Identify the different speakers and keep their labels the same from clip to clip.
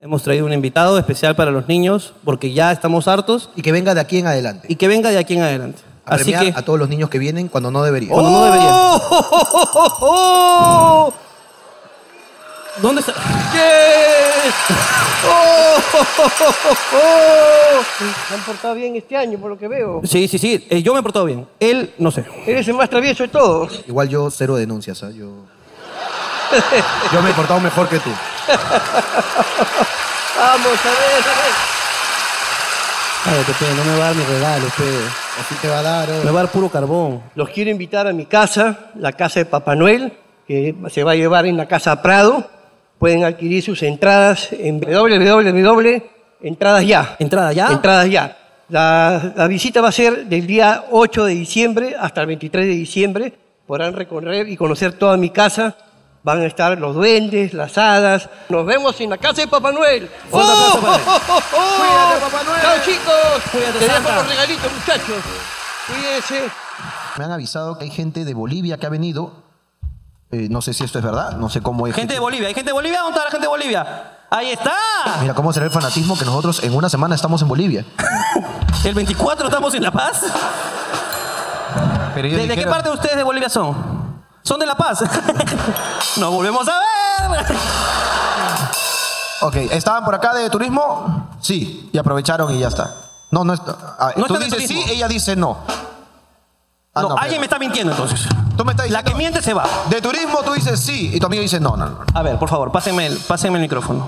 Speaker 1: Hemos traído un invitado especial para los niños porque ya estamos hartos
Speaker 2: Y que venga de aquí en adelante.
Speaker 1: y que venga de aquí en adelante.
Speaker 2: A
Speaker 1: Así
Speaker 2: premiar
Speaker 1: que
Speaker 2: a todos los niños que vienen cuando no deberían. Oh.
Speaker 1: cuando no debería. ¿Dónde está? ¡Yeah!
Speaker 3: Se han portado bien este año, por lo que veo.
Speaker 1: Sí, sí, sí. eh, yo me he portado bien. Él, no sé.
Speaker 3: Eres el más travieso de todos.
Speaker 2: Igual yo cero denuncias, ¿ah? yo... yo me he portado mejor que tú.
Speaker 3: Vamos a ver, a ver.
Speaker 1: Cállate, pe, no me va a dar mis regalos, pe.
Speaker 2: Así te va a dar.
Speaker 1: Me
Speaker 2: oh.
Speaker 1: va a dar puro carbón.
Speaker 3: eh. Los quiero invitar a mi casa, la casa de Papá Noel, que se va a llevar en la casa Prado. Pueden adquirir sus entradas en www.entradas ya.
Speaker 1: ¿Entrada ya?
Speaker 3: Entradas ya. La, la visita va a ser del día 8 de diciembre hasta el 23 de diciembre. Podrán recorrer y conocer toda mi casa. Van a estar los duendes, las hadas. Nos vemos en la casa de Papá Noel.
Speaker 1: Fuerte aplauso para él.
Speaker 3: Cuídate, Papá Noel. Chao, chicos.
Speaker 1: Cuídate,
Speaker 3: Te dejo
Speaker 1: Santa.
Speaker 3: los regalitos, muchachos. Cuídense.
Speaker 2: Me han avisado que hay gente de Bolivia que ha venido. Eh, no sé si esto es verdad, no sé cómo es.
Speaker 1: Gente de Bolivia. ¿Hay gente de Bolivia? ¿Dónde está la gente de Bolivia? ¡Ahí está!
Speaker 2: Mira cómo será el fanatismo que nosotros en una semana estamos en Bolivia.
Speaker 1: El 24 estamos en La Paz.
Speaker 2: Pero ellos
Speaker 1: ¿Desde qué
Speaker 2: dijeron-
Speaker 1: parte de ustedes de Bolivia son? Son de La Paz. Nos volvemos a ver.
Speaker 2: Ok, ¿estaban por acá de turismo? Sí, y aprovecharon y ya está. No, no, es- ah,
Speaker 1: No
Speaker 2: tú
Speaker 1: están de
Speaker 2: dices sí,
Speaker 1: turismo.
Speaker 2: ella dice no. Ah,
Speaker 1: no,
Speaker 2: pero-
Speaker 1: alguien me está mintiendo entonces.
Speaker 2: Tú me estás
Speaker 1: La
Speaker 2: diciendo,
Speaker 1: que miente se va.
Speaker 2: de turismo tú dices sí, y tu amigo dice no, no, no.
Speaker 1: A ver, por favor, pásenme el, pásenme el micrófono.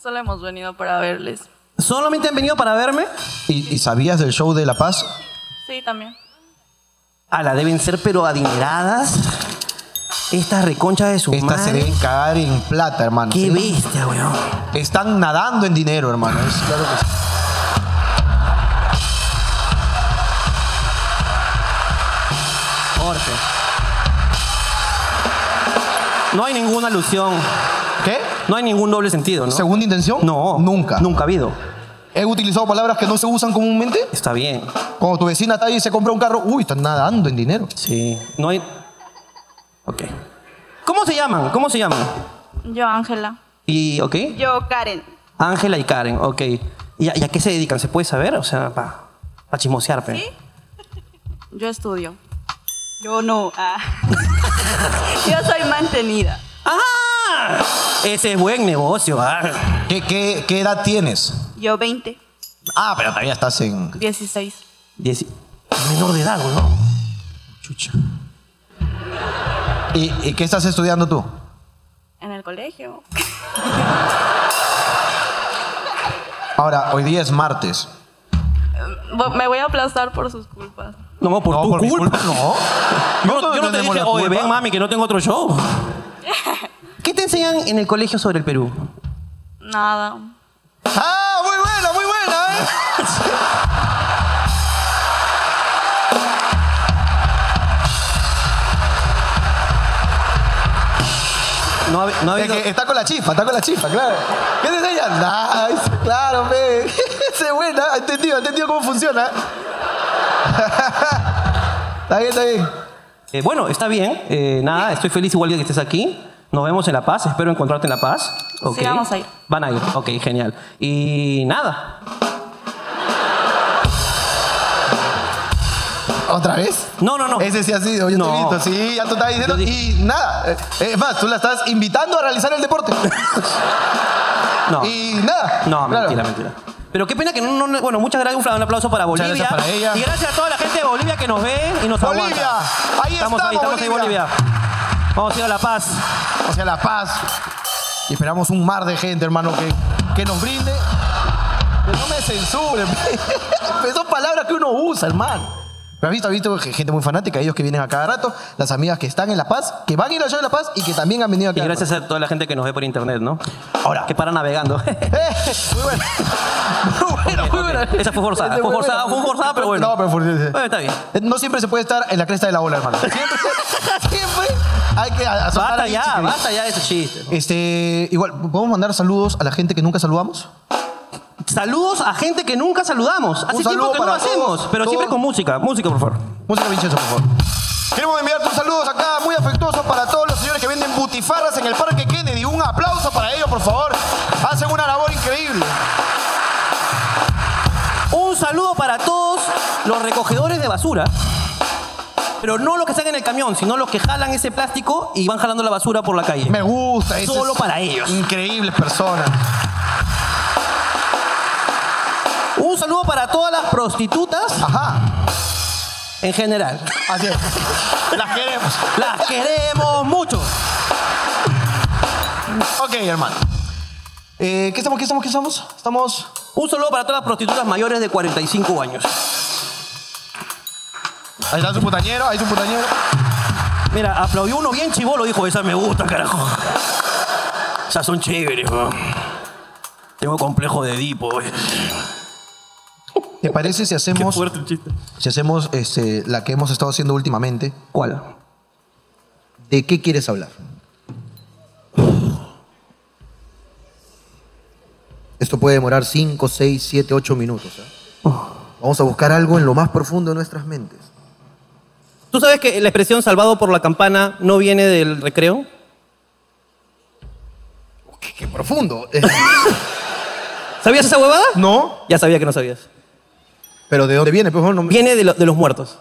Speaker 4: Solo hemos venido para verles.
Speaker 1: ¿Solamente han venido para verme?
Speaker 2: ¿Y, y sabías del show de La Paz?
Speaker 4: Sí, también.
Speaker 1: A la deben ser pero adineradas. Estas reconchas de su
Speaker 2: Estas se
Speaker 1: madre.
Speaker 2: deben cagar en plata, hermano. Sí.
Speaker 1: Qué bestia, weón.
Speaker 2: Están nadando en dinero, hermano. Es claro que sí.
Speaker 1: Jorge. No hay ninguna alusión.
Speaker 2: ¿Qué?
Speaker 1: No hay ningún doble sentido, ¿no?
Speaker 2: ¿Segunda intención?
Speaker 1: No.
Speaker 2: Nunca.
Speaker 1: Nunca ha habido.
Speaker 2: ¿He utilizado palabras que no se usan comúnmente?
Speaker 1: Está bien.
Speaker 2: Cuando tu vecina está ahí y se compra un carro, uy, están nadando en dinero.
Speaker 1: Sí. No hay. Ok. ¿Cómo se llaman? ¿Cómo se llaman?
Speaker 4: Yo, Ángela.
Speaker 1: Y, ok.
Speaker 5: Yo, Karen.
Speaker 1: Ángela y Karen, ok. ¿Y a, y a qué se dedican? ¿Se puede saber? O sea, para pa chismosear, pe.
Speaker 4: Yo estudio.
Speaker 5: Yo no. ah. Yo soy mantenida.
Speaker 1: ¡Ah! Ese es buen negocio, ah.
Speaker 2: ¿Qué, qué, qué edad tienes?
Speaker 5: Yo 20.
Speaker 2: Ah, pero todavía estás en...
Speaker 4: 16.
Speaker 1: Dieci- Menor de edad, ¿no? Chucha.
Speaker 2: ¿Y, y qué estás estudiando tú?
Speaker 4: En el colegio.
Speaker 2: Ahora, hoy día es martes.
Speaker 4: Bo- Me voy a aplastar por sus culpas.
Speaker 1: No, por
Speaker 2: No,
Speaker 1: tu
Speaker 2: por mi
Speaker 1: culpa.
Speaker 2: culpa, no.
Speaker 1: Yo, no- yo no te
Speaker 2: tenemos
Speaker 1: dije,
Speaker 2: la
Speaker 1: oye,
Speaker 2: culpa".
Speaker 1: ven, mami, que no tengo otro show. ¿Qué te enseñan en el colegio sobre el Perú?
Speaker 4: Nada.
Speaker 2: ¡Ah, muy buena, muy buena! ¿eh?
Speaker 1: No ha, no ha
Speaker 2: Es
Speaker 1: habido-
Speaker 2: que está con la chifa, está con la chifa, claro. ¿Qué te enseñan? Nada, dice, claro, pe. Esa es buena, ha entendido, ha entendido cómo funciona. está bien, está bien.
Speaker 1: Eh, bueno, está bien. Eh, nada, estoy feliz igual que estés aquí. Nos vemos en La Paz. Espero encontrarte en La Paz. Ok.
Speaker 4: Sí, vamos a ir.
Speaker 1: Van a ir. Ok, genial. Y nada.
Speaker 2: ¿Otra vez?
Speaker 1: No, no, no.
Speaker 2: Ese sí ha sido, yo
Speaker 1: No.
Speaker 2: te he visto, sí, ya tú estabas diciendo.
Speaker 1: Yo
Speaker 2: Y nada, eh, es más, tú la estás invitando a realizar el deporte.
Speaker 1: No.
Speaker 2: Y nada.
Speaker 1: No,
Speaker 2: claro.
Speaker 1: mentira, mentira. Pero qué pena que no, no- Bueno, muchas gracias. Un fla- un aplauso para
Speaker 2: Muchas
Speaker 1: Bolivia.
Speaker 2: gracias para ella.
Speaker 1: Y gracias a toda la gente de Bolivia que nos ve y nos
Speaker 2: Bolivia,
Speaker 1: aguanta.
Speaker 2: ahí
Speaker 1: estamos, ahí,
Speaker 2: estamos,
Speaker 1: estamos ahí, Bolivia.
Speaker 2: Bolivia.
Speaker 1: Vamos a ir a La Paz.
Speaker 2: hacia La Paz. Y esperamos un mar de gente, hermano, que, que nos brinde. Que no me censuren. pe. Son palabras que uno usa, hermano. Pero has visto, has visto que gente muy fanática, ellos que vienen a cada rato, las amigas que están en La Paz, que van a ir al show de La Paz y que también han venido
Speaker 1: Y
Speaker 2: acá.
Speaker 1: gracias a toda la gente que nos ve por internet, ¿no?
Speaker 2: Ahora.
Speaker 1: Que para navegando.
Speaker 2: muy bueno. Muy bueno, muy bueno.
Speaker 1: Esa fue forzada,
Speaker 2: Esa
Speaker 1: fue forzada,
Speaker 2: buena.
Speaker 1: fue forzada, pero bueno.
Speaker 2: Ah, No, pero forzada.
Speaker 1: Bueno, está bien.
Speaker 2: Eh, No siempre se puede estar en la cresta de la ola, hermano. Siempre, siempre hay que a- azotar
Speaker 1: Basta
Speaker 2: ahí,
Speaker 1: ya,
Speaker 2: chiquilín.
Speaker 1: basta ya de esos chistes.
Speaker 2: Este, igual, ¿podemos mandar saludos a la gente que nunca saludamos?
Speaker 1: Saludos a gente que nunca saludamos. Hace tiempo
Speaker 2: saludo
Speaker 1: que no lo
Speaker 2: para
Speaker 1: hacemos,
Speaker 2: todos,
Speaker 1: pero siempre
Speaker 2: todos.
Speaker 1: con música. Música, por favor.
Speaker 2: Música Vincenzo, por favor. Queremos enviar tus saludos acá, muy afectuosos para todos los señores que venden butifarras en el Parque Kennedy. Un aplauso para ellos, por favor.
Speaker 1: saludo para todos los recogedores de basura. Pero no los que están en el camión, sino los que jalan ese plástico y van jalando la basura por la calle.
Speaker 6: Me gusta. ese
Speaker 1: Solo
Speaker 6: es-
Speaker 1: para ellos.
Speaker 6: Increíbles personas.
Speaker 1: Un saludo para todas las prostitutas
Speaker 6: Ajá.
Speaker 1: en general.
Speaker 6: Así es. Las queremos.
Speaker 1: Las queremos mucho.
Speaker 6: Ok, hermano. Eh, ¿Qué estamos? ¿Qué estamos? ¿Qué estamos? Estamos.
Speaker 1: Un saludo para todas las prostitutas mayores de 45 años.
Speaker 6: Ahí está su putañero, ahí su putañero.
Speaker 1: Mira, aplaudió uno bien chivolo, dijo, esas me gustan, carajo. Esas son chéveres, weón. Tengo complejo de Edipo, weón.
Speaker 6: ¿Te parece si hacemos,
Speaker 1: el chiste.
Speaker 6: si hacemos este, la que hemos estado haciendo últimamente?
Speaker 1: ¿Cuál?
Speaker 6: ¿De qué quieres hablar?
Speaker 2: Esto puede demorar 5, 6, 7, 8 minutos. ¿ah?
Speaker 6: ¿eh?
Speaker 2: Vamos a buscar algo en lo más profundo de nuestras mentes.
Speaker 1: ¿Tú sabes que la expresión salvado por la campana no viene del recreo?
Speaker 2: Qué, qué profundo. Eh.
Speaker 1: ¿Sabías esa huevada?
Speaker 2: ¿No?
Speaker 1: Ya sabía que no sabías.
Speaker 2: ¿Pero de dónde viene? Pues, bueno, no me-
Speaker 1: Viene de, lo- de los muertos.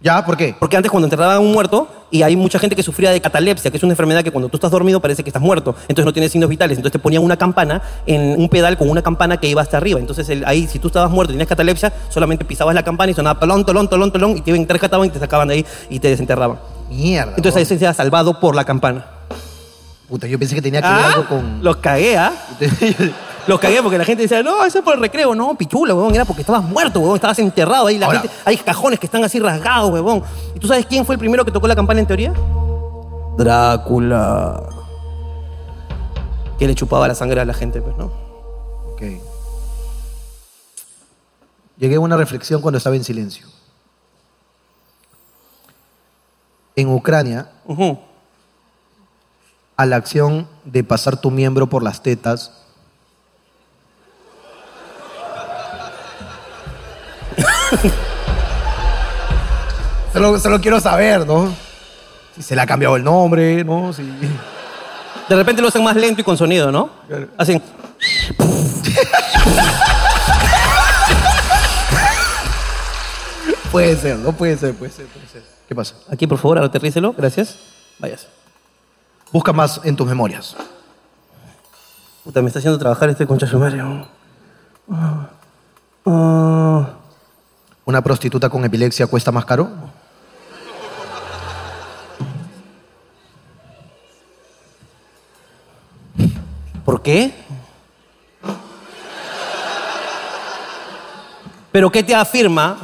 Speaker 2: ¿Ya? ¿Por qué?
Speaker 1: Porque antes cuando enterraban a un muerto, y hay mucha gente que sufría de catalepsia, que es una enfermedad que cuando tú estás dormido parece que estás muerto, entonces no tienes signos vitales, entonces te ponían una campana en un pedal con una campana que iba hasta arriba, entonces el- ahí si tú estabas muerto y tenías catalepsia, solamente pisabas la campana y sonaba tolón, tolón, tolón, tolón, y te iban, te rescataban y te sacaban de ahí y te desenterraban.
Speaker 2: Mierda.
Speaker 1: Entonces ahí se decía salvado por la campana. Ah,
Speaker 2: ¿no? Puta, yo pensé que tenía que ver algo con...
Speaker 1: Los cagué, ¿ah? Los cagué porque la gente decía, no, eso es por el recreo, no, pichula, huevón, era porque estabas muerto, huevón, estabas enterrado ahí, la
Speaker 6: Ahora-
Speaker 1: gente- hay cajones que están así rasgados, huevón. ¿Y tú sabes quién fue el primero que tocó la campana en teoría? Drácula. Que le chupaba la sangre a la gente, pues, ¿no?
Speaker 2: Ok. Llegué a una reflexión cuando estaba en silencio. En Ucrania,
Speaker 1: Ujú.
Speaker 2: a la acción de pasar tu miembro por las tetas. solo, solo quiero saber, ¿no? Si se le ha cambiado el nombre, ¿no? Si...
Speaker 1: De repente lo hacen más lento y con sonido, ¿no? Hacen.
Speaker 2: Puede ser, no puede ser, puede ser, puede ser. ¿Qué pasa?
Speaker 1: Aquí, por favor, aterrícelo, gracias. Vayas.
Speaker 2: Busca más en tus memorias.
Speaker 1: Puta, me está haciendo trabajar este concha sumario. Ah. Ah.
Speaker 2: ¿Una prostituta con epilepsia cuesta más caro?
Speaker 1: ¿Por qué? ¿Pero qué te afirma?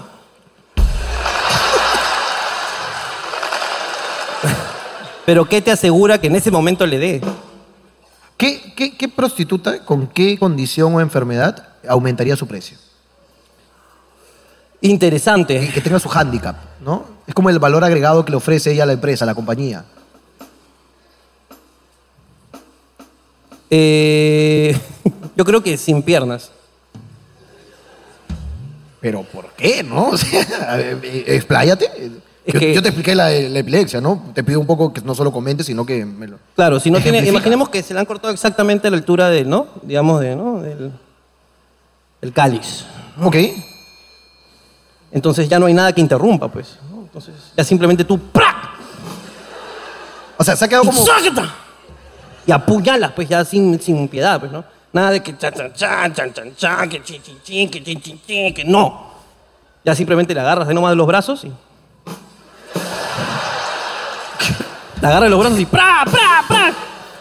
Speaker 1: ¿Pero qué te asegura que en ese momento le dé?
Speaker 2: ¿Qué, qué, qué prostituta con qué condición o enfermedad aumentaría su precio? que,
Speaker 1: Interesante.
Speaker 2: que tenga su hándicap, ¿no? Es como el valor agregado que le ofrece ella a la empresa, a la compañía.
Speaker 1: Eh, yo creo que sin piernas.
Speaker 2: Pero ¿por qué, no? O sea, a ver, eh, expláyate.
Speaker 1: Es
Speaker 2: yo,
Speaker 1: que-
Speaker 2: yo te expliqué la, la epilepsia, ¿no? Te pido un poco que no solo comentes, sino que me lo...
Speaker 1: Claro, si no tiene,
Speaker 2: Ejemplifica.
Speaker 1: imaginemos que se le han cortado exactamente a la altura del, ¿no? Digamos, de, ¿no? Del, del cáliz.
Speaker 2: Ok.
Speaker 1: Entonces ya no hay nada que interrumpa, pues. ¿no? Entonces ya simplemente tú ¡prac!
Speaker 2: O sea, se ha quedado
Speaker 1: y
Speaker 2: como...
Speaker 1: ¡sácata! Y apuñalas, pues ya sin, sin piedad, pues, ¿no? Nada de que chan, chan, chan, chan, chan, chan, que chin, chin, chin, que chin, chin, chin, que no. Ya simplemente le agarras de nomás de los brazos y... La agarras de los brazos y ¡pra, pra, pra!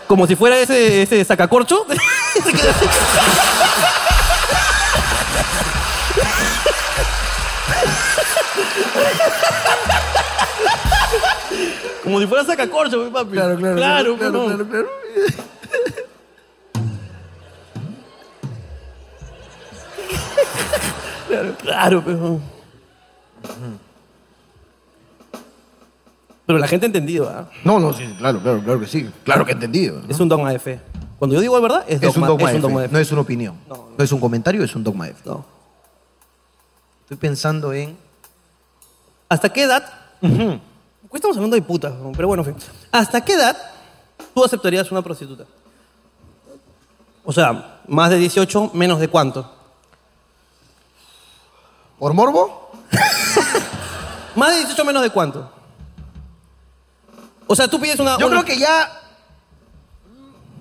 Speaker 1: Como si fuera ese, ese sacacorcho. Se queda así. Como si fuera sacacorcho, pues, papi. Claro, pues, no. Claro, pero. Pero la gente ha entendido, ¿ah?
Speaker 2: No, no, sí, claro, claro, claro que sí. Claro que he entendido. ¿no?
Speaker 1: Es un don AF. Cuando yo digo la verdad, es,
Speaker 2: Es un
Speaker 1: dogma,
Speaker 2: dogma
Speaker 1: es un
Speaker 2: F,
Speaker 1: dogma F.
Speaker 2: no es una opinión. No, es un comentario, es un dogma F.
Speaker 1: No.
Speaker 2: Estoy pensando en...
Speaker 1: ¿Hasta qué edad? Aquí Estamos hablando de putas, ¿no? pero bueno, en fin. ¿Hasta qué edad tú aceptarías una prostituta? O sea, más de 18, menos de cuánto.
Speaker 2: ¿Por morbo?
Speaker 1: ¿Más de 18 menos de cuánto? O sea, tú pides una.
Speaker 2: Yo
Speaker 1: una-
Speaker 2: creo que ya.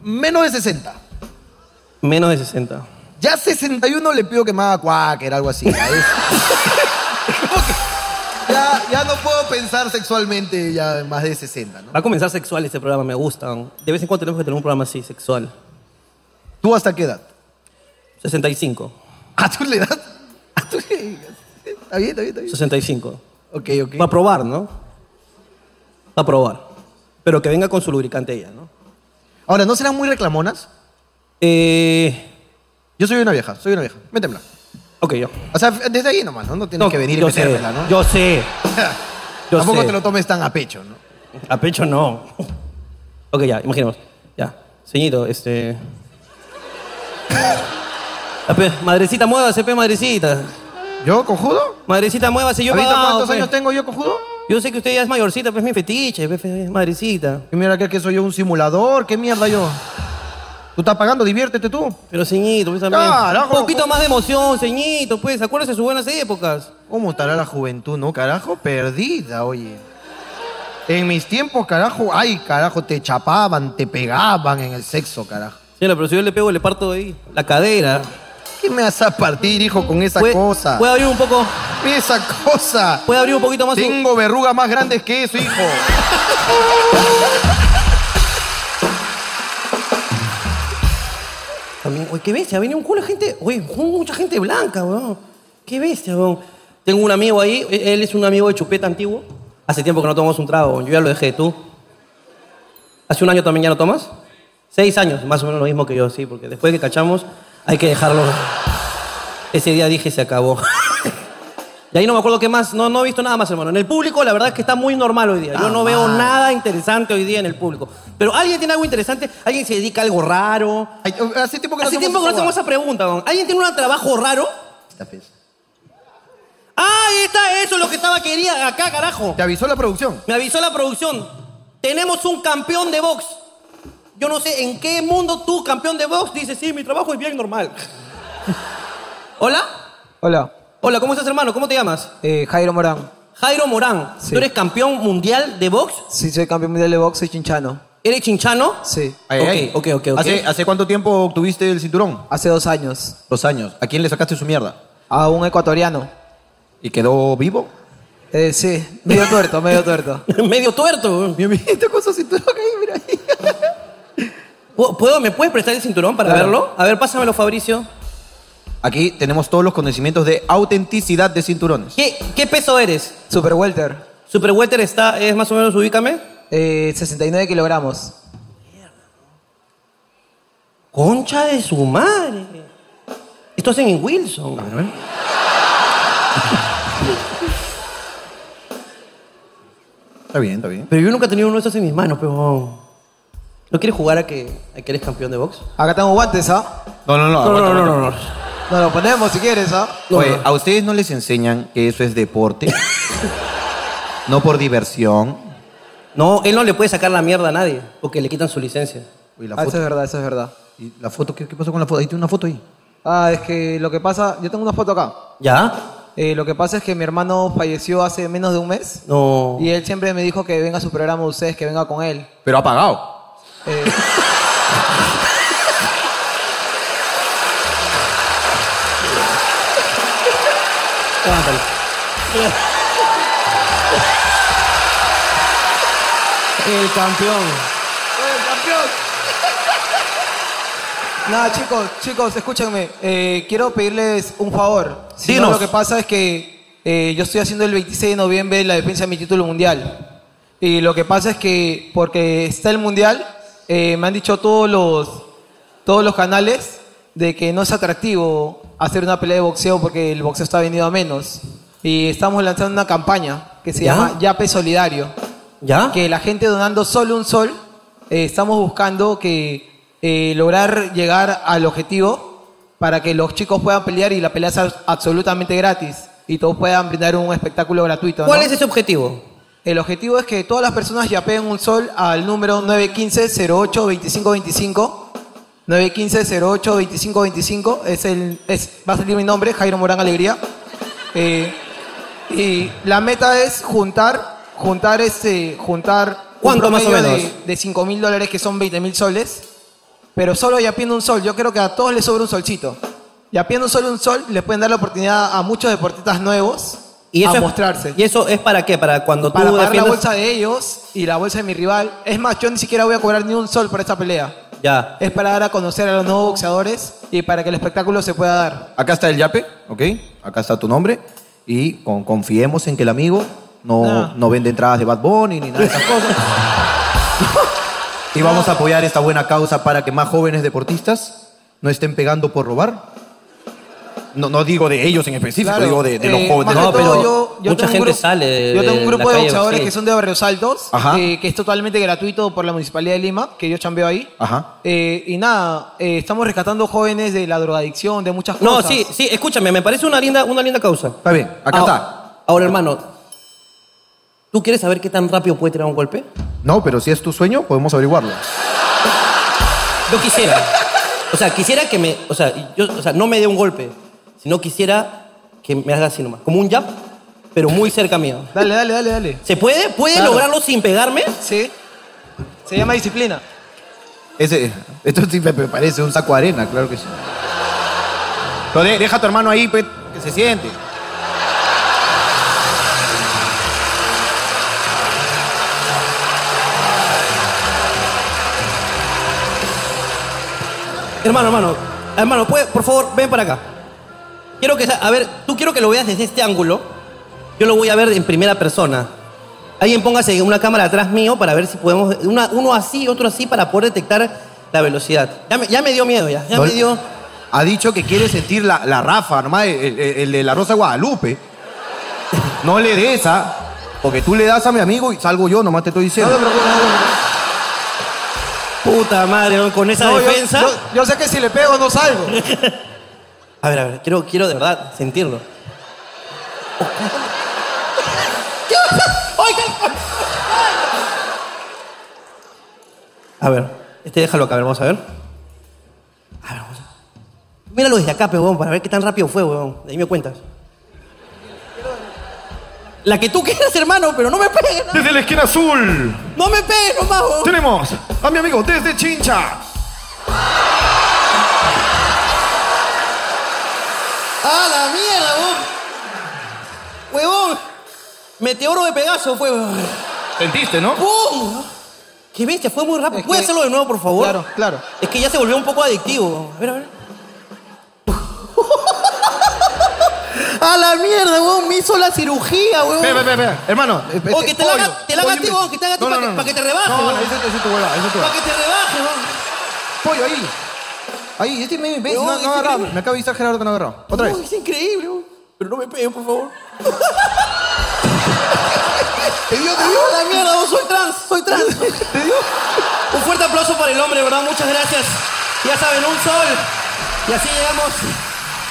Speaker 2: Menos de 60.
Speaker 1: Menos de 60.
Speaker 2: Ya 61 le pido que me haga quaker, algo así. ya es- Como que ya, ya no puedo pensar sexualmente ya en más de 60, ¿no?
Speaker 1: Va a comenzar sexual este programa, me gusta. De vez en cuando tenemos que tener un programa así, sexual.
Speaker 2: ¿Tú hasta qué edad?
Speaker 1: 65.
Speaker 2: ¿A tu edad? ¿A tu Está bien, está bien, está bien.
Speaker 1: 65.
Speaker 2: Ok, ok.
Speaker 1: Va a probar, ¿no? Va a probar. Pero que venga con su lubricante ella, ¿no?
Speaker 2: Ahora, ¿no serán muy reclamonas?
Speaker 1: Eh.
Speaker 2: Yo soy una vieja, soy una vieja. Métemela.
Speaker 1: Ok, yo.
Speaker 2: O sea, desde ahí nomás, ¿no? No tienes que venir y
Speaker 1: yo sé,
Speaker 2: metérmela, ¿no?
Speaker 1: Yo sé. yo
Speaker 2: Tampoco
Speaker 1: sé.
Speaker 2: te lo tomes tan a pecho, ¿no?
Speaker 1: A pecho no. Ok, ya, imaginemos. Ya. Señito, este. Ya, pe, madrecita, muévase, pe, madrecita.
Speaker 2: ¿Yo, cojudo?
Speaker 1: Madrecita, muévase, yo he
Speaker 2: ¿Ahorita
Speaker 1: pagado,
Speaker 2: cuántos
Speaker 1: pe.
Speaker 2: años tengo yo, cojudo?
Speaker 1: Yo sé que usted ya es mayorcita, pues es mi fetiche, pe, fe- madrecita.
Speaker 2: Y mira que, que soy yo un simulador, qué mierda yo. Tú estás pagando, diviértete tú.
Speaker 1: Pero, señito, pues también.
Speaker 2: Carajo,
Speaker 1: un poquito
Speaker 2: ¿cómo?
Speaker 1: más de emoción, señito, pues. Acuérdese de sus buenas épocas.
Speaker 2: ¿Cómo estará la juventud, no, carajo? Perdida, oye. En mis tiempos, carajo, ay, carajo, te chapaban, te pegaban en el sexo, carajo.
Speaker 1: Señora, pero si yo le pego, le parto de ahí. La cadera.
Speaker 2: ¿Qué me vas a partir, hijo, con esa
Speaker 1: Puede-
Speaker 2: cosa?
Speaker 1: Puede abrir un poco.
Speaker 2: Mira esa cosa.
Speaker 1: Puede abrir un poquito más. su-
Speaker 2: Tengo verrugas más grandes que eso, hijo.
Speaker 1: También, uy, qué bestia, viene un culo de gente, uy, mucha gente blanca, weón. Qué bestia, weón. Tengo un amigo ahí, e- él es un amigo de chupeta antiguo. Hace tiempo que no tomamos un trago, weón. yo ya lo dejé, ¿tú? ¿Hace un año también ya no tomas? Seis años, más o menos lo mismo que yo, sí, porque después que cachamos hay que dejarlo. Ese día dije, se acabó. Y ahí no me acuerdo qué más, no, no he visto nada más, hermano. En el público, la verdad es que está muy normal hoy día. Yo no veo nada interesante hoy día en el público. Pero alguien tiene algo interesante, alguien se dedica a algo raro,
Speaker 2: Ay, hace tiempo que no
Speaker 1: Hace tiempo que no hacemos esa pregunta, weón. ¿Alguien tiene un trabajo raro?
Speaker 2: esa pez.
Speaker 1: ¡Ah, ahí está! Eso es lo que estaba quería acá, carajo.
Speaker 2: Te avisó la producción.
Speaker 1: Me avisó la producción. Tenemos un campeón de box. Yo no sé en qué mundo tú, campeón de box, dices, sí, mi trabajo es bien normal. ¿Hola?
Speaker 7: Hola,
Speaker 1: Hola, ¿cómo estás, hermano? ¿Cómo te llamas?
Speaker 7: eh, Jairo Morán.
Speaker 1: Jairo Morán.
Speaker 7: Sí.
Speaker 1: ¿Tú eres campeón mundial de box?
Speaker 7: Sí, soy campeón mundial de box, soy chinchano.
Speaker 1: ¿Eres chinchano?
Speaker 7: Sí,
Speaker 1: Ok, ok, ok, ok.
Speaker 2: ¿Hace, ¿Hace cuánto tiempo obtuviste el cinturón?
Speaker 7: hace dos años.
Speaker 2: Dos años. ¿A quién le sacaste su mierda?
Speaker 7: A un ecuatoriano.
Speaker 2: ¿Y quedó vivo?
Speaker 7: Eh, sí, medio tuerto, medio tuerto.
Speaker 1: Medio tuerto. weón.
Speaker 2: Mi amiguito con su cinturón ahí, mira ahí.
Speaker 1: ¿Pu- ¿Puedo, ¿Me puedes prestar el cinturón para
Speaker 7: Claro.
Speaker 1: verlo? A ver, pásamelo, Fabricio.
Speaker 2: Aquí tenemos todos los conocimientos de autenticidad de cinturones.
Speaker 1: ¿Qué, qué peso eres?
Speaker 7: Super welter,
Speaker 1: Super Welter está, es más o menos, ubícame.
Speaker 7: eh, 69 kilogramos.
Speaker 1: Concha de su madre. Esto hacen en Wilson.
Speaker 2: Está bien, está bien.
Speaker 1: Pero yo nunca he tenido uno de estos en mis manos, pero. oh. ¿No quieres jugar a que, a que eres campeón de box?
Speaker 7: Eh, Acá tengo guantes, ¿ah?
Speaker 2: No, no, no. aguanta, aguanta.
Speaker 1: no, no.
Speaker 7: Nos lo ponemos si quieres, ¿ah?
Speaker 2: Oye, ¿a ustedes no les enseñan que eso es deporte? no por diversión.
Speaker 1: No, él no le puede sacar la mierda a nadie, porque le quitan su licencia.
Speaker 2: Uy, la
Speaker 7: Ah, eso es
Speaker 2: foto.
Speaker 7: verdad, eso es verdad.
Speaker 2: ¿Y la foto? ¿Qué, qué pasó con la foto? Ahí tiene una foto ahí.
Speaker 7: Ah, es que lo que pasa, yo tengo una foto acá.
Speaker 1: ¿Ya?
Speaker 7: Eh, lo que pasa es que mi hermano falleció hace menos de un mes
Speaker 1: No.
Speaker 7: y él siempre me dijo que venga a su programa de ustedes, que venga con él.
Speaker 2: Pero ha pagado.
Speaker 7: Eh,
Speaker 1: Levántalo. El campeón.
Speaker 7: Nada, chicos, chicos, escúchenme. Eh, quiero pedirles un favor. Si no,
Speaker 1: Dinos.
Speaker 7: lo que pasa es que eh, yo estoy haciendo el 26 de noviembre la defensa de mi título mundial. Y lo que pasa es que, porque está el mundial, eh, me han dicho todos los, todos los canales de que no es atractivo hacer una pelea de boxeo porque el boxeo está venido a menos. Y estamos lanzando una campaña que se
Speaker 1: ¿Ya?
Speaker 7: llama Yape Solidario
Speaker 1: ¿Ya?
Speaker 7: que la gente donando solo un sol, eh, estamos buscando que eh, lograr llegar al objetivo para que los chicos puedan pelear y la pelea sea absolutamente gratis y todos puedan brindar un espectáculo gratuito. ¿no?
Speaker 1: ¿Cuál es ese objetivo?
Speaker 7: El objetivo es que todas las personas yapeen un sol al número 915-08-2525. 915-08-2525 es el, es, va a salir mi nombre, Jairo Morán Alegría. Eh, y la meta es juntar, juntar este, juntar
Speaker 1: ¿Cuánto más o
Speaker 7: promedio
Speaker 1: menos?
Speaker 7: de, de 5 mil dólares que son 20 mil soles. Pero solo ya pidiendo un sol, yo creo que a todos les sobra un solcito. Ya pidiendo solo un sol, les pueden dar la oportunidad a muchos deportistas nuevos a
Speaker 1: es-
Speaker 7: mostrarse.
Speaker 1: ¿Y eso es para qué? Para cuando
Speaker 7: para
Speaker 1: tú
Speaker 7: pagar la
Speaker 1: defiendas-
Speaker 7: bolsa de ellos y la bolsa de mi rival. Es más, yo ni siquiera voy a cobrar ni un sol por esta pelea.
Speaker 1: Ya.
Speaker 7: Es para dar a conocer a los nuevos boxeadores y para que el espectáculo se pueda dar.
Speaker 2: Acá está el yape, ¿ok? Acá está tu nombre. Y con- confiemos en que el amigo no,
Speaker 7: Ah.
Speaker 2: no vende entradas de Bad Bunny ni nada de esas cosas. y vamos a apoyar esta buena causa para que más jóvenes deportistas no estén pegando por robar. No, no digo de ellos en específico,
Speaker 7: Claro,
Speaker 2: digo de, de
Speaker 7: eh,
Speaker 2: los jóvenes.
Speaker 7: más que
Speaker 1: No,
Speaker 7: todo,
Speaker 1: pero
Speaker 7: yo- yo
Speaker 1: mucha
Speaker 7: tengo un
Speaker 1: gente
Speaker 7: grupo-
Speaker 1: sale de-
Speaker 7: Yo tengo un
Speaker 1: de
Speaker 7: grupo
Speaker 1: la
Speaker 7: de
Speaker 1: calle,
Speaker 7: boxeadores
Speaker 1: sí.
Speaker 7: que son de Barrios Altos,
Speaker 2: Ajá.
Speaker 7: eh, que es totalmente gratuito por la Municipalidad de Lima, que yo chambeo ahí.
Speaker 2: Ajá.
Speaker 7: Eh, y nada, eh, estamos rescatando jóvenes de la drogadicción, de muchas
Speaker 1: No,
Speaker 7: cosas.
Speaker 1: sí, sí, escúchame, me parece una linda, una linda causa.
Speaker 2: Está bien, acá está.
Speaker 1: Ah, Ahora, hermano, ¿tú quieres saber qué tan rápido puede tirar un golpe?
Speaker 2: No, pero si es tu sueño, podemos averiguarlo.
Speaker 1: Yo quisiera. O sea, quisiera que me. O sea, yo, o sea, no me dé un golpe, sino quisiera que me haga así nomás. Como un jab, pero muy cerca mío.
Speaker 7: Dale, dale, dale, dale.
Speaker 1: ¿Se puede? ¿Puede
Speaker 7: Claro.
Speaker 1: lograrlo sin pegarme?
Speaker 7: Sí. Se llama disciplina.
Speaker 2: Ese, esto sí me me parece un saco de arena, claro que sí. Pero de- deja a tu hermano ahí, pues, que se siente.
Speaker 1: Hermano, hermano. Hermano, ¿puede, por favor, ven para acá. Quiero que. sa- A ver, tú quiero que lo veas desde este ángulo. Yo lo voy a ver en primera persona. Alguien póngase una cámara atrás mío para ver si podemos. una- uno así, otro así, para poder detectar la velocidad. Ya me, ya me dio miedo, ya. Ya
Speaker 2: No,
Speaker 1: me dio.
Speaker 2: Ha dicho que quiere sentir la, la Rafa, nomás el, el- el de la Rosa de Guadalupe. No le des esa, porque tú le das a mi amigo y salgo yo, nomás te estoy diciendo.
Speaker 1: Puta madre, ¿no? con esa
Speaker 7: No, yo,
Speaker 1: defensa.
Speaker 7: yo- yo sé que si le pego no salgo.
Speaker 1: A ver, a ver, quiero, quiero de verdad sentirlo. A ver, este déjalo acá, a ver, vamos a ver. A ver, vamos a ver. Míralo desde acá, pe, huevón, para ver qué tan rápido fue, weón. De ahí me cuentas. La que tú quieras, hermano, pero no me pegues. ¿no?
Speaker 2: Desde la esquina azul
Speaker 1: No me pegues nomás, huevón.
Speaker 2: tenemos a mi amigo desde Chincha.
Speaker 1: ¡A la mierda, vos! ¡Huevón! Meteoro de Pegaso fue, huevón.
Speaker 2: Sentiste, ¿no?
Speaker 1: ¡Pum! ¡Qué bestia! Fue muy rápido.
Speaker 7: Es
Speaker 1: ¿Puedes
Speaker 7: que-
Speaker 1: hacerlo de nuevo, por favor?
Speaker 7: Claro, claro.
Speaker 1: Es que ya se volvió un poco adictivo. A ver, a ver. ¡A la mierda, huevón! Me hizo la cirugía, huevón.
Speaker 2: Ve, ve, ve, ve. Hermano, eh,
Speaker 1: O
Speaker 2: eh,
Speaker 1: Oh, que te la haga-
Speaker 2: pollo,
Speaker 1: te la haga a
Speaker 2: pollo,
Speaker 1: ti,
Speaker 2: me-
Speaker 1: vos, que te haga a ti pa' que- pa' que te rebaje,
Speaker 2: No,
Speaker 1: vos.
Speaker 2: no, eso, eso es tu huevada, eso es tu
Speaker 1: Para
Speaker 2: huevada.
Speaker 1: que te rebaje, huevón.
Speaker 2: Pollo, ahí. Ahí, este me imbécil,
Speaker 1: Huevón,
Speaker 2: no, no
Speaker 1: es
Speaker 2: ha agarrado.
Speaker 1: increíble.
Speaker 2: Me acaba de avisar Gerardo que no ha agarrado. Otra vez.
Speaker 1: Huevón, Es increíble, huevón. Pero no me peguen, por favor.
Speaker 3: Te dio, te dio.
Speaker 1: ¡A la mierda, vos! ¡Soy trans! ¡Soy trans! Un fuerte aplauso para el hombre, ¿verdad? Muchas gracias. Ya saben, un sol. Y así llegamos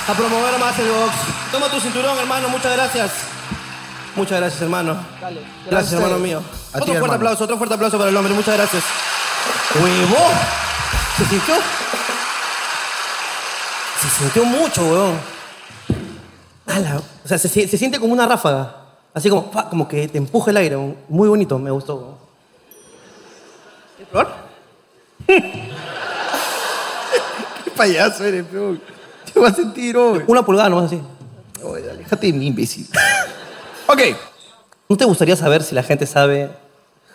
Speaker 1: a promover más el box. Toma tu cinturón, hermano. Muchas gracias. Muchas gracias, hermano. gracias,
Speaker 2: Gracias,
Speaker 1: hermano
Speaker 2: eh,
Speaker 1: mío.
Speaker 2: a
Speaker 1: otro
Speaker 2: ti,
Speaker 1: fuerte
Speaker 2: hermano.
Speaker 1: aplauso, otro fuerte aplauso para el hombre. Muchas gracias. ¡Huevo! ¿Se sintió? Se sintió mucho, huevón. Ala, o sea, se, si- se siente como una ráfaga. Así como, pa, como que te empuja el aire. huevón. Muy bonito, me gustó. huevón. ¿Quieres probar?
Speaker 2: Qué payaso eres, peón. Te vas a sentir hoy.
Speaker 1: Una pulgada nomás así.
Speaker 2: Oye, aléjate de mí, imbécil. ok.
Speaker 1: ¿No te gustaría saber si la gente sabe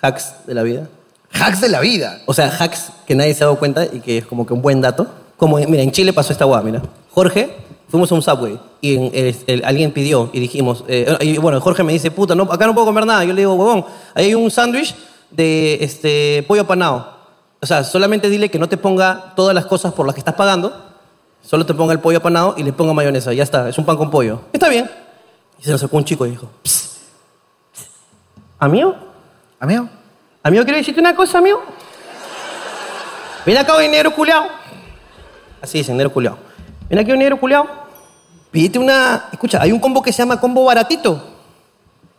Speaker 1: hacks de la vida?
Speaker 3: Hacks de la vida.
Speaker 1: O sea, hacks que nadie se ha dado cuenta y que es como que un buen dato. Como, en- mira, en Chile pasó esta guada, mira. Jorge, fuimos a un Subway y en- el- el- alguien pidió y dijimos... eh, y bueno, Jorge me dice, puta, no, acá no puedo comer nada. Yo le digo, huevón, ahí hay un sándwich de este, pollo apanado. O sea, solamente dile que no te ponga todas las cosas por las que estás pagando, solo te ponga el pollo apanado y le ponga mayonesa. Ya está, es un pan con pollo. Está bien. Y se nos sacó un chico y dijo, "Psst, psst. ¿Amigo?
Speaker 2: Amigo.
Speaker 1: Amigo, quiero decirte una cosa, amigo. Ven acá, hoy negro culiao. Así dicen, negro culiao. Ven aquí, hoy negro culiao. Pídete una. Escucha, hay un combo que se llama combo baratito.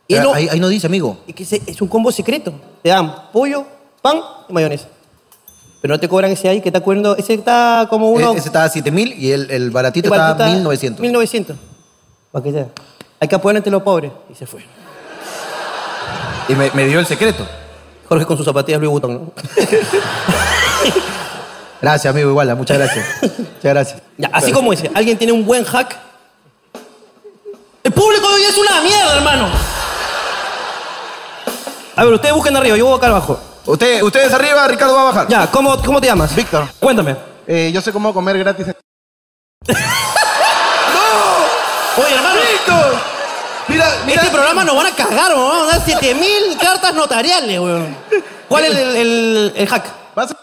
Speaker 1: Y
Speaker 2: Eh,
Speaker 1: no-
Speaker 2: ahí, ahí no dice, amigo.
Speaker 1: y que ese es un combo secreto. Te dan pollo, pan y mayonesa. Pero no te cobran ese ahí que está cubriendo. Ese está como uno.
Speaker 2: E- Ese está a 7000 y el, el baratito
Speaker 1: Igual,
Speaker 2: está a
Speaker 1: tú estás-
Speaker 2: 1900.
Speaker 1: 1900. Pa' que sea. Hay que apoyar ante los pobres. Y se fue.
Speaker 8: Y me, me dio el secreto.
Speaker 1: Jorge con sus zapatillas Louis Vuitton, ¿no?
Speaker 2: Gracias, amigo, igual, muchas gracias. Muchas gracias.
Speaker 1: Ya, así como ese, ¿alguien tiene un buen hack? El público de hoy es una mierda, hermano. A ver, ustedes busquen arriba, yo voy acá abajo.
Speaker 8: Usted- ustedes arriba, Ricardo va a bajar.
Speaker 1: Ya, ¿cómo, cómo te llamas?
Speaker 6: Víctor.
Speaker 1: Cuéntame.
Speaker 6: Eh, yo sé cómo comer gratis. en-
Speaker 1: Oye, hermano,
Speaker 8: Mira, mira.
Speaker 1: este programa nos van a cagar, weón. Van a dar 7000 cartas notariales, weón. ¿Cuál es el, el- el hack?
Speaker 6: Vas a-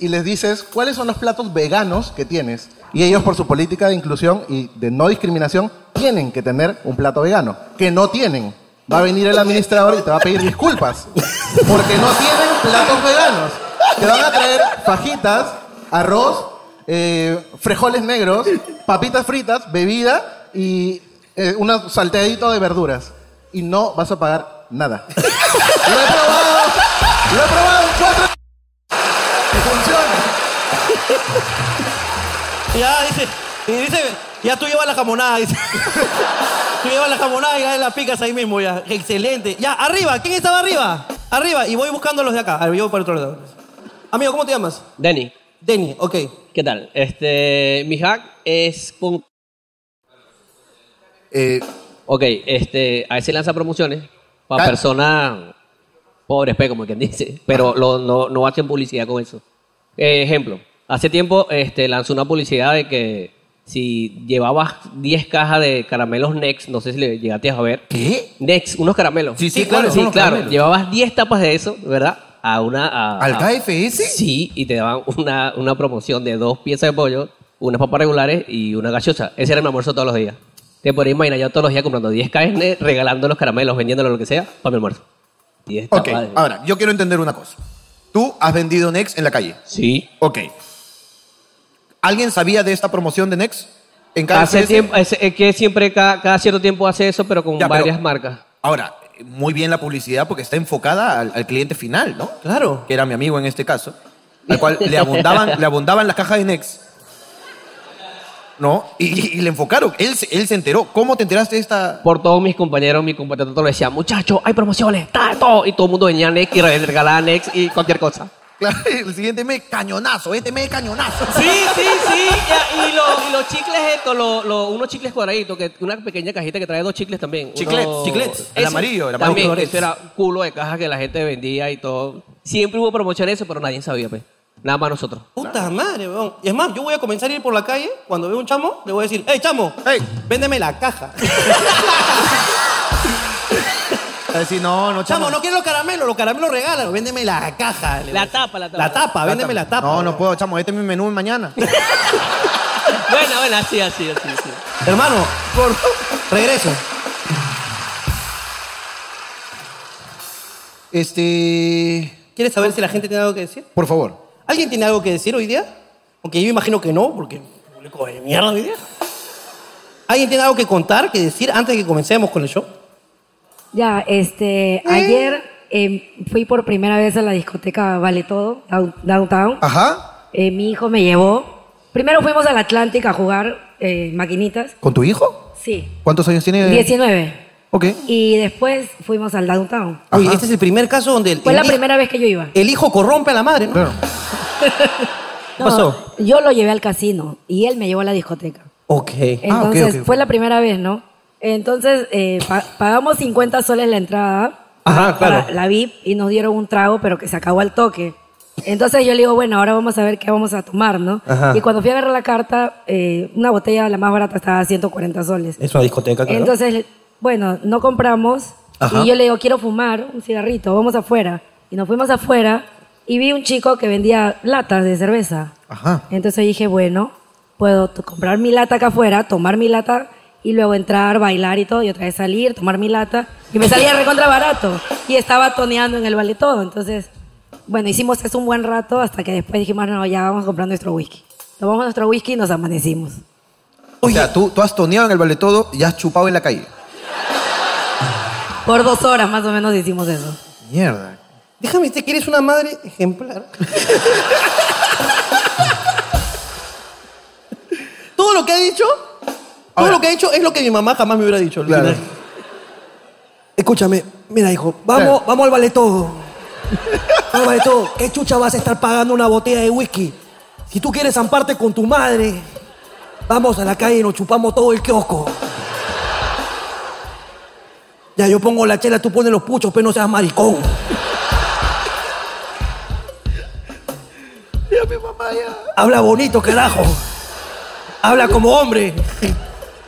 Speaker 6: y les dices cuáles son los platos veganos que tienes. Y ellos, por su política de inclusión y de no discriminación, tienen que tener un plato vegano. Que no tienen. Va a venir el administrador y te va a pedir disculpas. Porque no tienen platos veganos. Te van a traer fajitas, arroz, eh, frijoles negros, papitas fritas, bebida y eh, un salteadito de verduras. Y no vas a pagar nada. Lo he probado. Lo he probado en cuatro funciona.
Speaker 1: Ya, dice, y dice, ya tú llevas la jamonada, dice. tú llevas la jamonada y ya la picas ahí mismo, ya. Excelente. Ya, arriba, ¿quién estaba arriba? Arriba, y voy buscando a los de acá. A ver, yo voy para otro lado. Amigo, ¿cómo te llamas?
Speaker 9: Dani,
Speaker 1: Denny, ok.
Speaker 9: ¿qué tal? Este, mi hack es con...
Speaker 8: Eh,
Speaker 9: Ok, este, a veces lanza promociones para
Speaker 8: Cal-
Speaker 9: personas pobres, pe, pues, como quien dice, pero lo- no, no hacen publicidad con eso. Eh, ejemplo, hace tiempo este, lanzó una publicidad de que si llevabas 10 cajas de caramelos Next, no sé si le llegaste a ver.
Speaker 8: ¿Qué?
Speaker 9: Next, unos caramelos.
Speaker 8: Sí, sí, claro, son
Speaker 9: Sí,
Speaker 8: unos
Speaker 9: claro.
Speaker 8: caramelos.
Speaker 9: Llevabas 10 tapas de eso, ¿verdad? A una... a-
Speaker 8: ¿Al
Speaker 9: a-
Speaker 8: KFS?
Speaker 9: Ah, Sí, y te daban una, una promoción de dos piezas de pollo, unas papas regulares y una gaseosa. Ese era mi almuerzo todos los días. Te podrías imaginar yo todos los días comprando 10 carnes, regalando los caramelos, vendiéndolo lo que sea, para mi almuerzo. Y está
Speaker 8: Ok,
Speaker 9: padre.
Speaker 8: ahora, yo quiero entender una cosa. Tú has vendido Next en la calle.
Speaker 9: Sí.
Speaker 8: Ok. ¿Alguien sabía de esta promoción de Next? En
Speaker 9: Hace
Speaker 8: KFS?
Speaker 9: tiempo, es, es que siempre, cada, cada cierto tiempo hace eso, pero con
Speaker 8: Ya, pero-
Speaker 9: varias marcas.
Speaker 8: Ahora, muy bien la publicidad porque está enfocada al, al cliente final, ¿no?
Speaker 1: Claro.
Speaker 8: Que era mi amigo en este caso, al cual le abundaban, le abundaban las cajas de Next. ¿No? Y, y- y le enfocaron. Él, se- él se enteró. ¿Cómo te enteraste de esta...?
Speaker 9: Por todos mis compañeros, mis compañeros todos decían, muchachos, hay promociones, está todo. Y todo el mundo venía a Next y regalaba Next y cualquier cosa.
Speaker 8: Claro, el siguiente mes, cañonazo. Este mes, cañonazo.
Speaker 9: Sí, sí, sí. ya, Y, los, y los chicles estos, los, los- unos chicles cuadraditos, que una pequeña cajita que trae dos chicles también.
Speaker 8: Chiclets,
Speaker 9: Uno-
Speaker 8: chiclets, el
Speaker 9: Eso,
Speaker 8: amarillo, el amarillo.
Speaker 9: Oh, También,
Speaker 8: Colores.
Speaker 9: eso era culo de caja que la gente vendía y todo. Siempre hubo promoción de eso, pero nadie sabía, pues. Nada más nosotros.
Speaker 1: Puta madre, weón. Y es más, yo voy a comenzar a ir por la calle. Cuando veo un chamo, le voy a decir, hey, chamo,
Speaker 8: Ey.
Speaker 1: véndeme la caja.
Speaker 8: A decir, no, no,
Speaker 1: chamo,
Speaker 8: chamo.
Speaker 1: no quiero los caramelos, los caramelos regalan, véndeme la caja. le voy a
Speaker 9: La
Speaker 1: decir.
Speaker 9: tapa, la tapa.
Speaker 1: La tapa, véndeme la tapa.
Speaker 8: No, no puedo, chamo. Este es mi menú mañana.
Speaker 9: bueno, bueno, así, así, así. así.
Speaker 1: Hermano, regreso.
Speaker 2: Este.
Speaker 1: ¿Quieres saber si la gente tiene algo que decir?
Speaker 2: Por favor.
Speaker 1: ¿Alguien tiene algo que decir hoy día? Aunque yo imagino que no, porque público de mierda hoy día. ¿Alguien tiene algo que contar, que decir antes de que comencemos con el show?
Speaker 10: Ya, este,
Speaker 1: Mm.
Speaker 10: ayer eh, fui por primera vez a la discoteca Vale Todo, down- Downtown.
Speaker 2: Ajá.
Speaker 10: Eh, mi hijo me llevó. Primero fuimos al Atlantic a jugar eh, maquinitas.
Speaker 2: ¿Con tu hijo?
Speaker 10: Sí,
Speaker 2: ¿Cuántos años tiene?
Speaker 10: 19.
Speaker 2: Ok.
Speaker 10: Y después fuimos al Downtown.
Speaker 1: Oye, este es el primer caso donde el,
Speaker 10: Fue la
Speaker 1: el hij-
Speaker 10: primera vez que yo iba.
Speaker 1: el hijo corrompe a la madre, ¿no?
Speaker 2: Claro.
Speaker 1: ¿Qué pasó?
Speaker 10: Yo lo llevé al casino y él me llevó a la discoteca.
Speaker 1: Ok.
Speaker 2: Ah, ok,
Speaker 10: Entonces,
Speaker 2: ok.
Speaker 10: fue la primera vez, ¿no? Entonces, eh, pa- pagamos 50 soles la entrada.
Speaker 1: Ajá,
Speaker 10: para
Speaker 1: claro.
Speaker 10: La VIP y nos dieron un trago, pero que se acabó al toque. Entonces yo le digo, bueno, ahora vamos a ver qué vamos a tomar, ¿no?
Speaker 1: Ajá.
Speaker 10: Y cuando fui a agarrar la carta, eh, una botella, la más barata, estaba a 140 soles.
Speaker 1: Es una discoteca, claro.
Speaker 10: Entonces, bueno, no compramos.
Speaker 1: Ajá.
Speaker 10: Y yo le digo, quiero fumar un cigarrito, vamos afuera. Y nos fuimos afuera y vi un chico que vendía latas de cerveza.
Speaker 2: Ajá.
Speaker 10: Entonces dije, bueno, puedo t- comprar mi lata acá afuera, tomar mi lata y luego entrar, bailar y todo, y otra vez salir, tomar mi lata. Y me salía recontra barato. Y estaba toneando en el vale todo. Entonces, bueno, hicimos eso un buen rato hasta que después dijimos, "Ah, no, ya vamos a comprar nuestro whisky. Tomamos nuestro whisky y nos amanecimos.
Speaker 2: O sea, tú, tú has toneado en el vale todo y has chupado en la calle.
Speaker 10: Por dos horas más o menos hicimos eso.
Speaker 2: Mierda.
Speaker 1: Déjame decirte que eres una madre ejemplar. Todo lo que ha dicho Todo lo que ha hecho es lo que mi mamá jamás me hubiera dicho.
Speaker 2: Claro.
Speaker 1: alucina. Escúchame, mira, hijo, vamos,
Speaker 2: Claro.
Speaker 1: vamos al vale todo. Vamos al vale todo. ¿Qué chucha vas a estar pagando una botella de whisky? Si tú quieres zamparte con tu madre, vamos a la calle y nos chupamos todo el kiosco. Ya, yo pongo la chela, tú pones los puchos, pero no seas maricón. Habla bonito, carajo. Habla como hombre.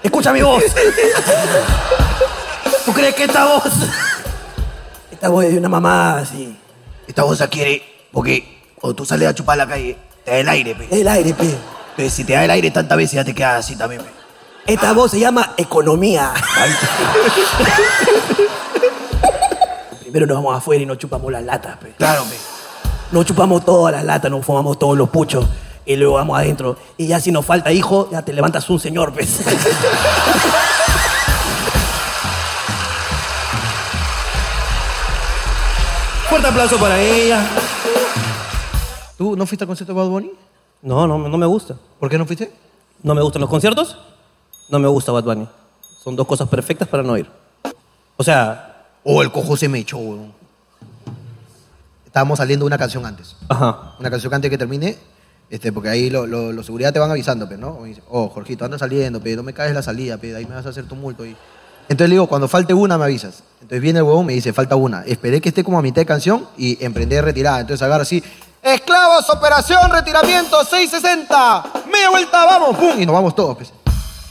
Speaker 1: Escucha mi voz. ¿Tú crees que esta voz? Esta voz es de una mamá así.
Speaker 6: Esta bolsa quiere, porque cuando tú sales a chupar a la calle, te da el aire, pe.
Speaker 1: El aire, pe.
Speaker 6: Entonces, si te da el aire tantas veces, ya te quedas así también, pe.
Speaker 1: Esta voz se llama economía. Primero nos vamos afuera y nos chupamos las latas, pe.
Speaker 6: Claro, pe.
Speaker 1: Nos chupamos todas las latas, nos fumamos todos los puchos. Y luego vamos adentro. Y ya si nos falta hijo, ya te levantas un señor, pe. Fuerte aplauso para ella.
Speaker 2: ¿Tú no fuiste al concierto de Bad Bunny?
Speaker 1: No, no, no me gusta.
Speaker 2: ¿Por qué no fuiste?
Speaker 1: No me gustan los conciertos, no me gusta Bad Bunny. Son dos cosas perfectas para no ir. O sea,
Speaker 2: Oh, el cojo se me echó, weón. Estábamos saliendo una canción antes.
Speaker 1: ajá.
Speaker 2: Una canción que antes que termine, este, porque ahí los lo, los seguridad te van avisando, pe, ¿no? Y dice, oh, Jorgito, anda saliendo, pe, no me caes la salida, pe, de ahí me vas a hacer tumulto. Y... Entonces le digo, cuando falte una, me avisas. Entonces viene el huevón, me dice, falta una. Esperé que esté como a mitad de canción y emprendí de retirada. Entonces agarra así, esclavos, operación, retiramiento, 660, media vuelta, vamos, pum, y nos vamos todos, pues.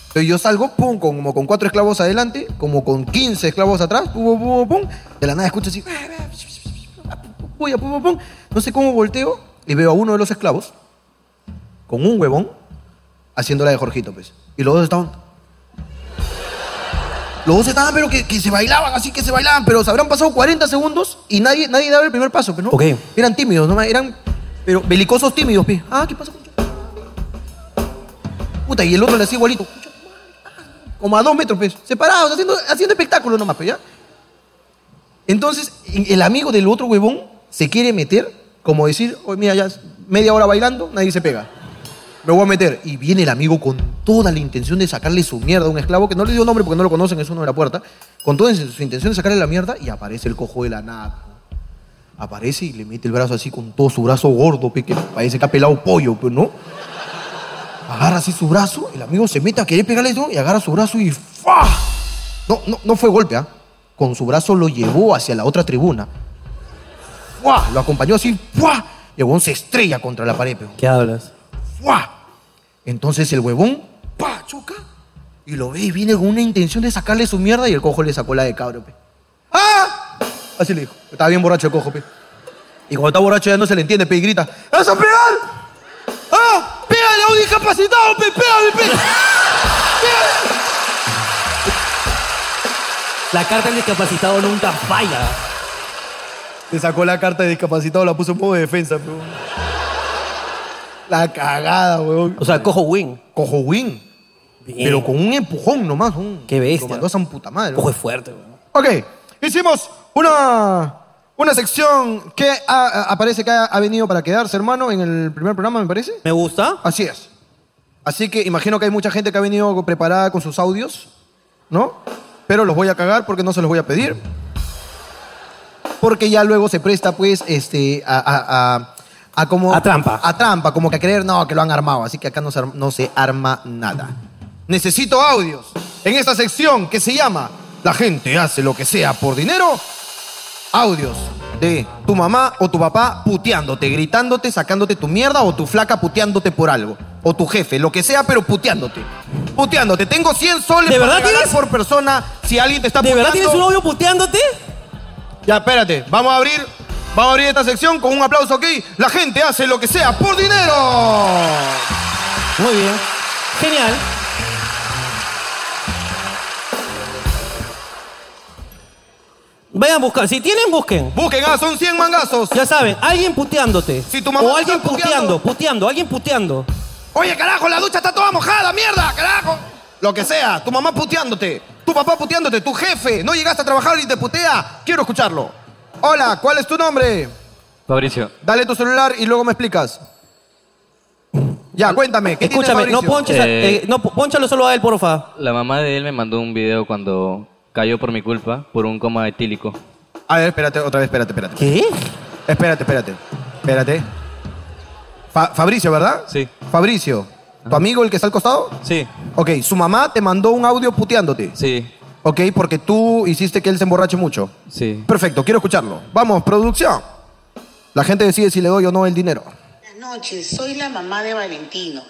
Speaker 2: Entonces yo salgo, pum, con- como con cuatro esclavos adelante, como con 15 esclavos atrás, pum, pum, pum, pum. De la nada escucho así, puya, pum, pum, pum. No sé cómo volteo y veo a uno de los esclavos con un huevón haciéndola de Jorgito, pues. Y los dos estaban. Los dos estaban, pero que, que se bailaban, así que se bailaban, pero se habrán pasado 40 segundos y nadie, nadie daba el primer paso, pues, ¿no?
Speaker 1: Ok.
Speaker 2: Eran tímidos, ¿no? Eran, pero belicosos tímidos, pues. Ah, ¿qué pasó? Puta, y el otro le hacía igualito. Como a dos metros, pues. Separados, haciendo, haciendo espectáculo nomás, pues, ¿ya? Entonces, y- el amigo del otro huevón se quiere meter, como decir, "Oye, mira, ya es media hora bailando, nadie se pega. Me voy a meter. Y viene el amigo con toda la intención de sacarle su mierda a un esclavo, que no le dio nombre porque no lo conocen, es uno de la puerta, con toda su intención de sacarle la mierda y aparece el cojo de la nada. Aparece y le mete el brazo así con todo su brazo gordo, pe, que parece que ha pelado pollo, pero no agarra así su brazo, el amigo se mete a querer pegarle eso y agarra su brazo y ¡fa! No, no, no fue golpe, ¿ah? Con su brazo lo llevó hacia la otra tribuna. ¡Fua! Lo acompañó así, ¡fua! Y el huevón se estrella contra la pared, pero
Speaker 1: ¿Qué hablas?
Speaker 2: ¡fua! Entonces el huevón, ¡pa! choca y lo ve y viene con una intención de sacarle su mierda y el cojo le sacó la de cabro, pe. ¡Ah! Así le dijo. Estaba bien borracho el cojo, pe. Y cuando está borracho ya no se le entiende, pe, y grita, ¡Vas a pegar! ¡Ah! ¡Pégale a un discapacitado, pe! ¡Pégale, pe!
Speaker 1: La carta del discapacitado nunca falla.
Speaker 2: Le sacó la carta de discapacitado, la puso en modo de defensa, pe. La cagada, weón.
Speaker 1: O sea, cojo win.
Speaker 2: Cojo win, pero con un empujón nomás. un-
Speaker 1: Qué bestia.
Speaker 2: Lo mandó a san puta madre.
Speaker 1: Cojo es fuerte, weón.
Speaker 2: Ok, hicimos una, una sección que ha- a- aparece que ha, ha venido para quedarse, hermano, en el primer programa, me parece.
Speaker 1: ¿Me gusta?
Speaker 2: Así es. Así que imagino que hay mucha gente que ha venido preparada con sus audios, ¿no? Pero los voy a cagar porque no se los voy a pedir. Porque ya luego se presta, pues, este, a, a- a- a como...
Speaker 1: A trampa.
Speaker 2: A trampa, como que a creer, no, que lo han armado. Así que acá no se, ar- no se arma nada. Necesito audios en esta sección que se llama La gente hace lo que sea por dinero audios de tu mamá o tu papá puteándote, gritándote, sacándote tu mierda o tu flaca puteándote por algo. O tu jefe, lo que sea, pero puteándote. Puteándote. Tengo 100 soles
Speaker 1: ¿De
Speaker 2: para
Speaker 1: verdad
Speaker 2: regalar
Speaker 1: tienes?
Speaker 2: por persona si alguien te está
Speaker 1: ¿De
Speaker 2: puteando.
Speaker 1: verdad tienes un novio puteándote?
Speaker 2: Ya, espérate. Vamos a abrir. Vamos a abrir esta sección con un aplauso aquí. La gente hace lo que sea por dinero.
Speaker 1: Muy bien. Genial. Vayan a buscar. Si tienen, busquen.
Speaker 2: Busquen, ah, son 100 mangazos.
Speaker 1: Ya saben, alguien puteándote.
Speaker 2: Si tu mamá
Speaker 1: o alguien
Speaker 2: está
Speaker 1: puteando,
Speaker 2: puteando.
Speaker 1: puteando, alguien puteando.
Speaker 2: Oye, carajo, la ducha está toda mojada, mierda, carajo. Lo que sea, tu mamá puteándote, tu papá puteándote, tu jefe, no llegaste a trabajar y te putea. Quiero escucharlo. Hola, ¿cuál es tu nombre?
Speaker 11: Fabricio,
Speaker 2: Dale tu celular y luego me explicas. Ya, cuéntame. ¿qué tiene
Speaker 1: Escúchame, no
Speaker 2: Fabricio?
Speaker 1: ponches, a-
Speaker 11: Eh.
Speaker 1: eh, no, ponchalo solo a él, porfa.
Speaker 11: La mamá de él me mandó un video cuando cayó por mi culpa, por un coma etílico.
Speaker 2: A ver, espérate, otra vez, espérate, espérate.
Speaker 1: ¿Qué?
Speaker 2: Espérate, espérate. Espérate. Fa- Fabricio, ¿verdad? Sí. Fabricio, ¿tu amigo el que está al costado?
Speaker 11: Sí.
Speaker 2: Ok, su mamá te mandó un audio puteándote.
Speaker 11: Sí,
Speaker 2: Ok, porque tú hiciste que él se emborrache mucho.
Speaker 11: sí.
Speaker 2: Perfecto, quiero escucharlo. Vamos, producción. La gente decide si le doy o no el dinero.
Speaker 12: Buenas noches, soy la mamá de Valentino.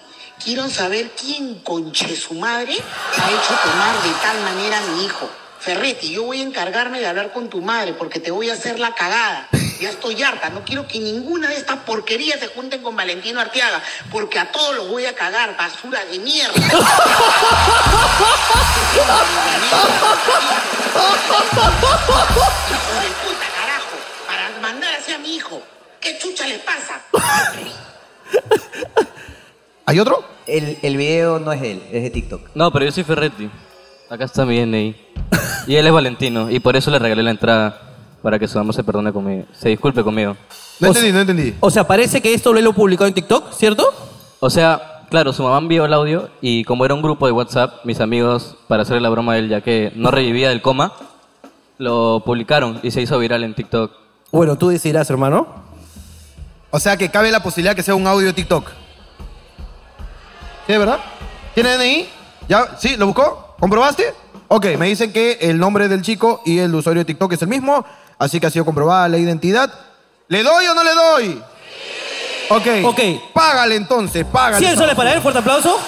Speaker 12: Quiero saber quién conche su madre ha hecho tomar de tal manera a mi hijo. Ferretti, yo voy a encargarme de hablar con tu madre porque te voy a hacer la cagada. Ya estoy harta, no quiero que ninguna de estas porquerías se junten con Valentino Arteaga porque a todos los voy a cagar, basura de mierda. Hijo de puta, carajo, para mandar así a mi hijo. ¿Qué chucha le pasa?
Speaker 2: ¿Hay otro?
Speaker 9: El, el video no es de él, es de TikTok.
Speaker 11: No, pero yo soy Ferretti. Acá está mi DNI. Y él es Valentino, y por eso le regalé la entrada, para que su amor se perdone conmigo, se disculpe conmigo.
Speaker 2: No entendí, no entendí.
Speaker 1: O sea, parece que esto lo lo publicó en TikTok, ¿cierto?
Speaker 11: O sea, claro, su mamá envió el audio y como era un grupo de WhatsApp, mis amigos, para hacerle la broma a él, ya que no revivía del coma, lo publicaron y se hizo viral en TikTok.
Speaker 1: Bueno, tú decidirás, hermano.
Speaker 2: O sea que cabe la posibilidad que sea un audio de TikTok. ¿Sí, verdad? ¿Tiene DNI? ¿Ya? ¿Sí? ¿Lo buscó? ¿Comprobaste? Ok, me dicen que el nombre del chico y el usuario de TikTok es el mismo, así que ha sido comprobada la identidad. ¿Le doy o no le doy? Ok. Ok. Págale entonces, págale.
Speaker 1: 100 soles para él, fuerte aplauso.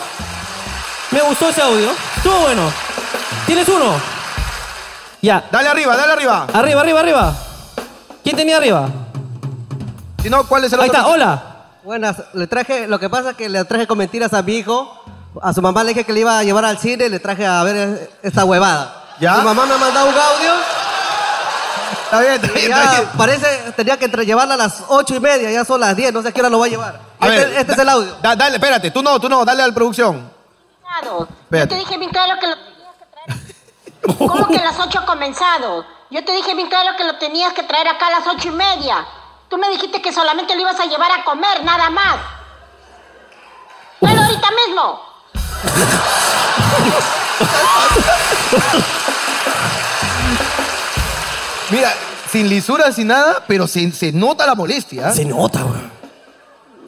Speaker 1: Me gustó ese audio. Estuvo bueno. ¿Tienes uno? Ya.
Speaker 2: Dale arriba, dale arriba.
Speaker 1: Arriba, arriba, arriba. ¿Quién tenía arriba?
Speaker 2: Si no, ¿cuál es el
Speaker 1: Ahí
Speaker 9: otro
Speaker 1: está,
Speaker 9: que-
Speaker 1: hola.
Speaker 9: Buenas, le traje, lo que pasa es que le traje con mentiras a mi hijo. A su mamá le dije que le iba a llevar al cine, le traje a ver eh, esta huevada.
Speaker 2: ¿Ya?
Speaker 9: Su mamá me ha mandado un audio.
Speaker 2: Está bien, está
Speaker 9: bien. Ya parece, tenía que entre- llevarla a las ocho y media, ya son las diez, no sé a qué hora lo va a llevar.
Speaker 2: A
Speaker 9: este
Speaker 2: ver,
Speaker 9: este es el audio.
Speaker 2: Da- dale, espérate, tú no, tú no, dale a la producción.
Speaker 13: comenzado. Yo
Speaker 2: Espérate.
Speaker 13: te dije bien claro que lo tenías que traer. ¿Cómo que a las 8 ha comenzado? Yo te dije bien claro que lo tenías que traer acá a las ocho y media. Tú me dijiste que solamente lo ibas a llevar a comer, nada más. Bueno, ahorita mismo.
Speaker 2: Mira, sin lisura, sin nada, pero se, se nota la molestia. Se
Speaker 1: nota, güey.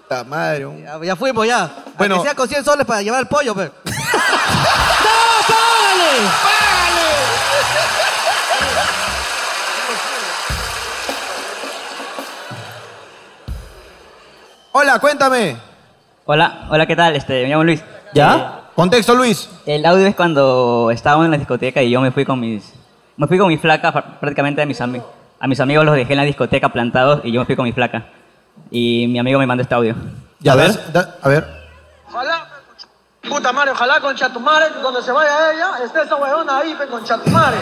Speaker 2: Puta madre, un-
Speaker 9: Ya, ya fuimos, ya. Bueno.
Speaker 2: Bueno.
Speaker 9: Que sea con 100 soles para llevar el pollo,
Speaker 1: pues.
Speaker 9: pero.
Speaker 1: ¡Págale!
Speaker 2: Hola, cuéntame.
Speaker 8: Hola, hola, ¿qué tal? Este, me llamo Luis. Eh,
Speaker 2: ¿Ya? Contexto, Luis.
Speaker 8: El audio es cuando estábamos en la discoteca y yo me fui con mis, me fui con mi flaca pra- prácticamente a mis amigos. A mis amigos los dejé en la discoteca plantados y yo me fui con mi flaca. Y mi amigo me mandó este audio.
Speaker 2: Ya, a ver, da- a ver.
Speaker 3: Ojalá, pe, puta madre, ojalá con Chatumare, donde se vaya ella, esté esa huevona ahí pe, con Chatumare.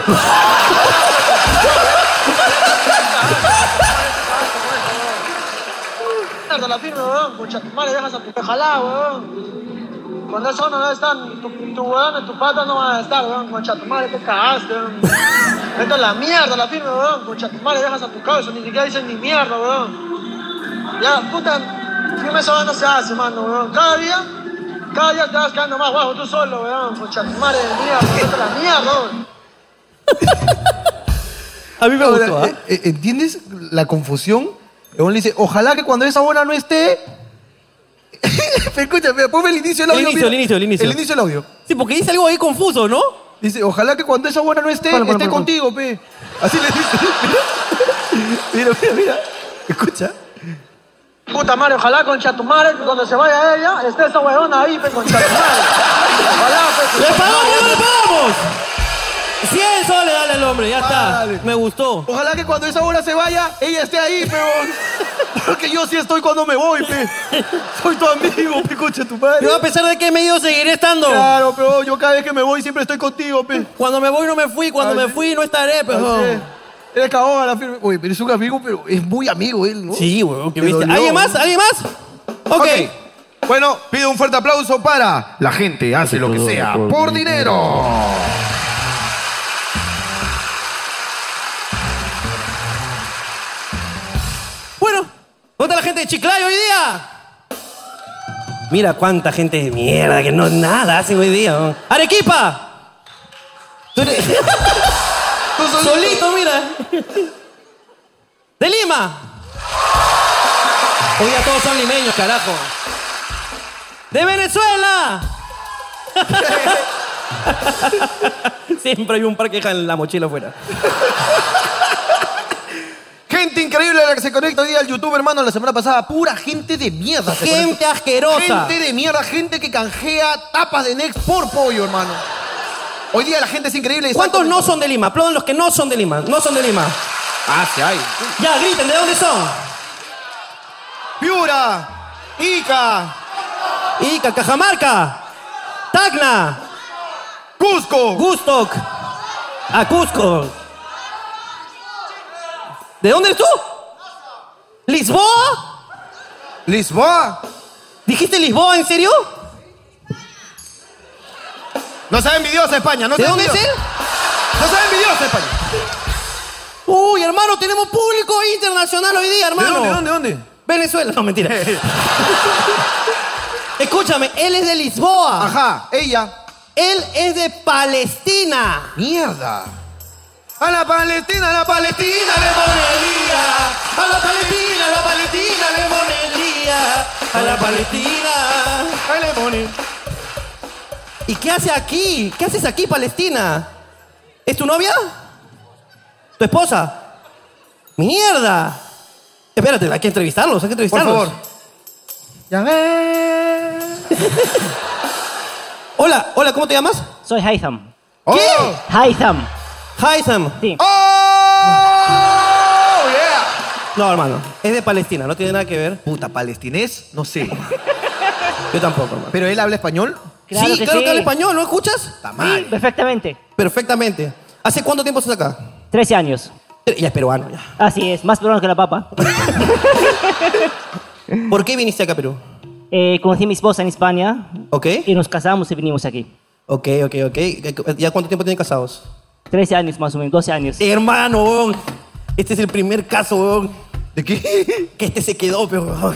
Speaker 3: Mierda, la firme, weón, con Chatumare dejas a tu ojalá, weón. Cuando eso no están, tu, tu weón y tu pata no van a estar, weón, con Chatumare te cagaste, weón. Vete a la mierda, la firme, weón, con Chatumare dejas a tu causa, ni siquiera dicen ni mierda, weón. Ya, puta, firme esa vaina se hace, mano, weón. Cada día cada día te vas quedando más guapo tú solo, weón. Concha tu madre de mierda, vete a la mierda, weón.
Speaker 2: A mí me
Speaker 1: ¿ah?
Speaker 14: gustó,
Speaker 2: eh, ¿Entiendes la confusión? Uno le dice, ojalá que cuando esa buena no esté. Escúchame, ponme el inicio del
Speaker 1: El
Speaker 2: audio.
Speaker 1: inicio,
Speaker 2: mira.
Speaker 1: el inicio, el inicio.
Speaker 2: El inicio del audio.
Speaker 1: Sí, porque dice algo ahí confuso, ¿no?
Speaker 2: Dice, ojalá que cuando esa buena no esté,
Speaker 14: Para, para,
Speaker 2: esté
Speaker 14: para, para.
Speaker 2: contigo, pe. Así le dice. mira, mira, mira. Escucha.
Speaker 3: Puta madre, ojalá concha tu madre, donde se vaya ella, esté esa weona ahí, pe, concha tu madre. Ojalá, pe,
Speaker 1: ¡Le
Speaker 3: concha tu
Speaker 1: pagamos,
Speaker 3: madre.
Speaker 1: no le pagamos! 100 soles dale al hombre, ya está. Me gustó.
Speaker 2: Ojalá que cuando esa hora se vaya, ella esté ahí, peón. Porque yo sí estoy cuando me voy, pe. Soy tu amigo, pe, concha tu madre.
Speaker 1: Yo, a pesar de que me he ido, seguiré estando.
Speaker 2: Claro, peón. Yo cada vez que me voy siempre estoy contigo, pe.
Speaker 1: Cuando me voy no me fui, cuando me fui no estaré,
Speaker 2: peón.
Speaker 1: pejón.
Speaker 2: Eres cagón a la firme. Oye, pero es un amigo, pero es muy amigo él, ¿no?
Speaker 1: Sí, weón, que
Speaker 2: Te
Speaker 1: viste.
Speaker 2: dolió,
Speaker 1: ¿Alguien
Speaker 2: ¿no?
Speaker 1: más? ¿Alguien más?
Speaker 2: Ok. Bueno, pido un fuerte aplauso para la gente hace lo que sea por dinero.
Speaker 1: Bueno, ¿dónde está la gente de Chiclayo hoy día? Mira cuánta gente de mierda que no nada hacen hoy día. weón. ¡Arequipa! Tú eres- Tú solito, mira. ¡De Lima! Hoy día todos son limeños, carajo. ¡De Venezuela! Siempre hay un par que deja la mochila afuera.
Speaker 2: Gente increíble la que se conecta hoy día al YouTube, hermano, la semana pasada. Pura gente de mierda. se
Speaker 1: Gente
Speaker 2: conectó.
Speaker 1: asquerosa.
Speaker 2: Gente de mierda, gente que canjea tapas de Next por pollo, hermano. Hoy día la gente es increíble. y
Speaker 1: ¿Cuántos no son de Lima? Aplaudan los que no son de Lima. No son de Lima.
Speaker 2: Ah, sí hay.
Speaker 1: Ya, griten, ¿de dónde son?
Speaker 2: Piura, Ica,
Speaker 1: Ica, Cajamarca, Tacna,
Speaker 2: Cusco,
Speaker 1: Gustoc, a Ah, Cusco. ¿De dónde eres tú? ¿Lisboa?
Speaker 2: ¿Lisboa?
Speaker 1: ¿Dijiste Lisboa, en serio?
Speaker 2: No saben envidiosa España, no
Speaker 1: ¿De
Speaker 2: sea
Speaker 1: dónde es él?
Speaker 2: envidiosa. No saben envidiosa España.
Speaker 1: Uy, hermano, tenemos público internacional hoy día, hermano.
Speaker 2: ¿De dónde, de dónde?
Speaker 1: Venezuela, no, mentira. Escúchame, él es de Lisboa.
Speaker 2: Ajá, ella.
Speaker 1: Él es de Palestina.
Speaker 2: Mierda. A la Palestina, a la Palestina le monería. A la Palestina, a la Palestina le monería.
Speaker 1: A la Palestina.
Speaker 2: A monería.
Speaker 1: ¿Y qué hace aquí? ¿Qué haces aquí, Palestina? ¿Es tu novia? ¿Tu esposa? ¡Mierda! Espérate, hay que entrevistarlos, hay que entrevistarlos.
Speaker 2: favor. Ya ves.
Speaker 1: Hola, hola, ¿cómo te llamas? Oh.
Speaker 15: Soy Haitham.
Speaker 2: ¿Qué?
Speaker 15: Haitham.
Speaker 1: Haitham.
Speaker 15: Sí.
Speaker 2: ¡Oh, yeah!
Speaker 1: No, hermano, es de Palestina, no tiene nada que ver.
Speaker 16: Puta, palestinés, no sé.
Speaker 1: Yo tampoco, hermano.
Speaker 16: Pero él habla español.
Speaker 15: Claro
Speaker 1: sí,
Speaker 15: que
Speaker 1: claro
Speaker 15: sí.
Speaker 1: que habla español, ¿no escuchas?
Speaker 15: Sí, perfectamente.
Speaker 1: Perfectamente. ¿Hace cuánto tiempo estás acá?
Speaker 15: 13 años.
Speaker 1: Ya es peruano, ya.
Speaker 15: Así es, más peruano que la papa.
Speaker 1: ¿Por qué viniste acá a Perú?
Speaker 15: Eh, conocí a mi esposa en España.
Speaker 1: Ok.
Speaker 15: Y nos casamos y vinimos aquí.
Speaker 1: Ok, ok, ok. ¿Ya cuánto tiempo tienen casados?
Speaker 15: 13 años más o menos, 12 años.
Speaker 1: Hermano, weón. Este es el primer caso, weón. ¿De qué? Que este se quedó, pero. weón.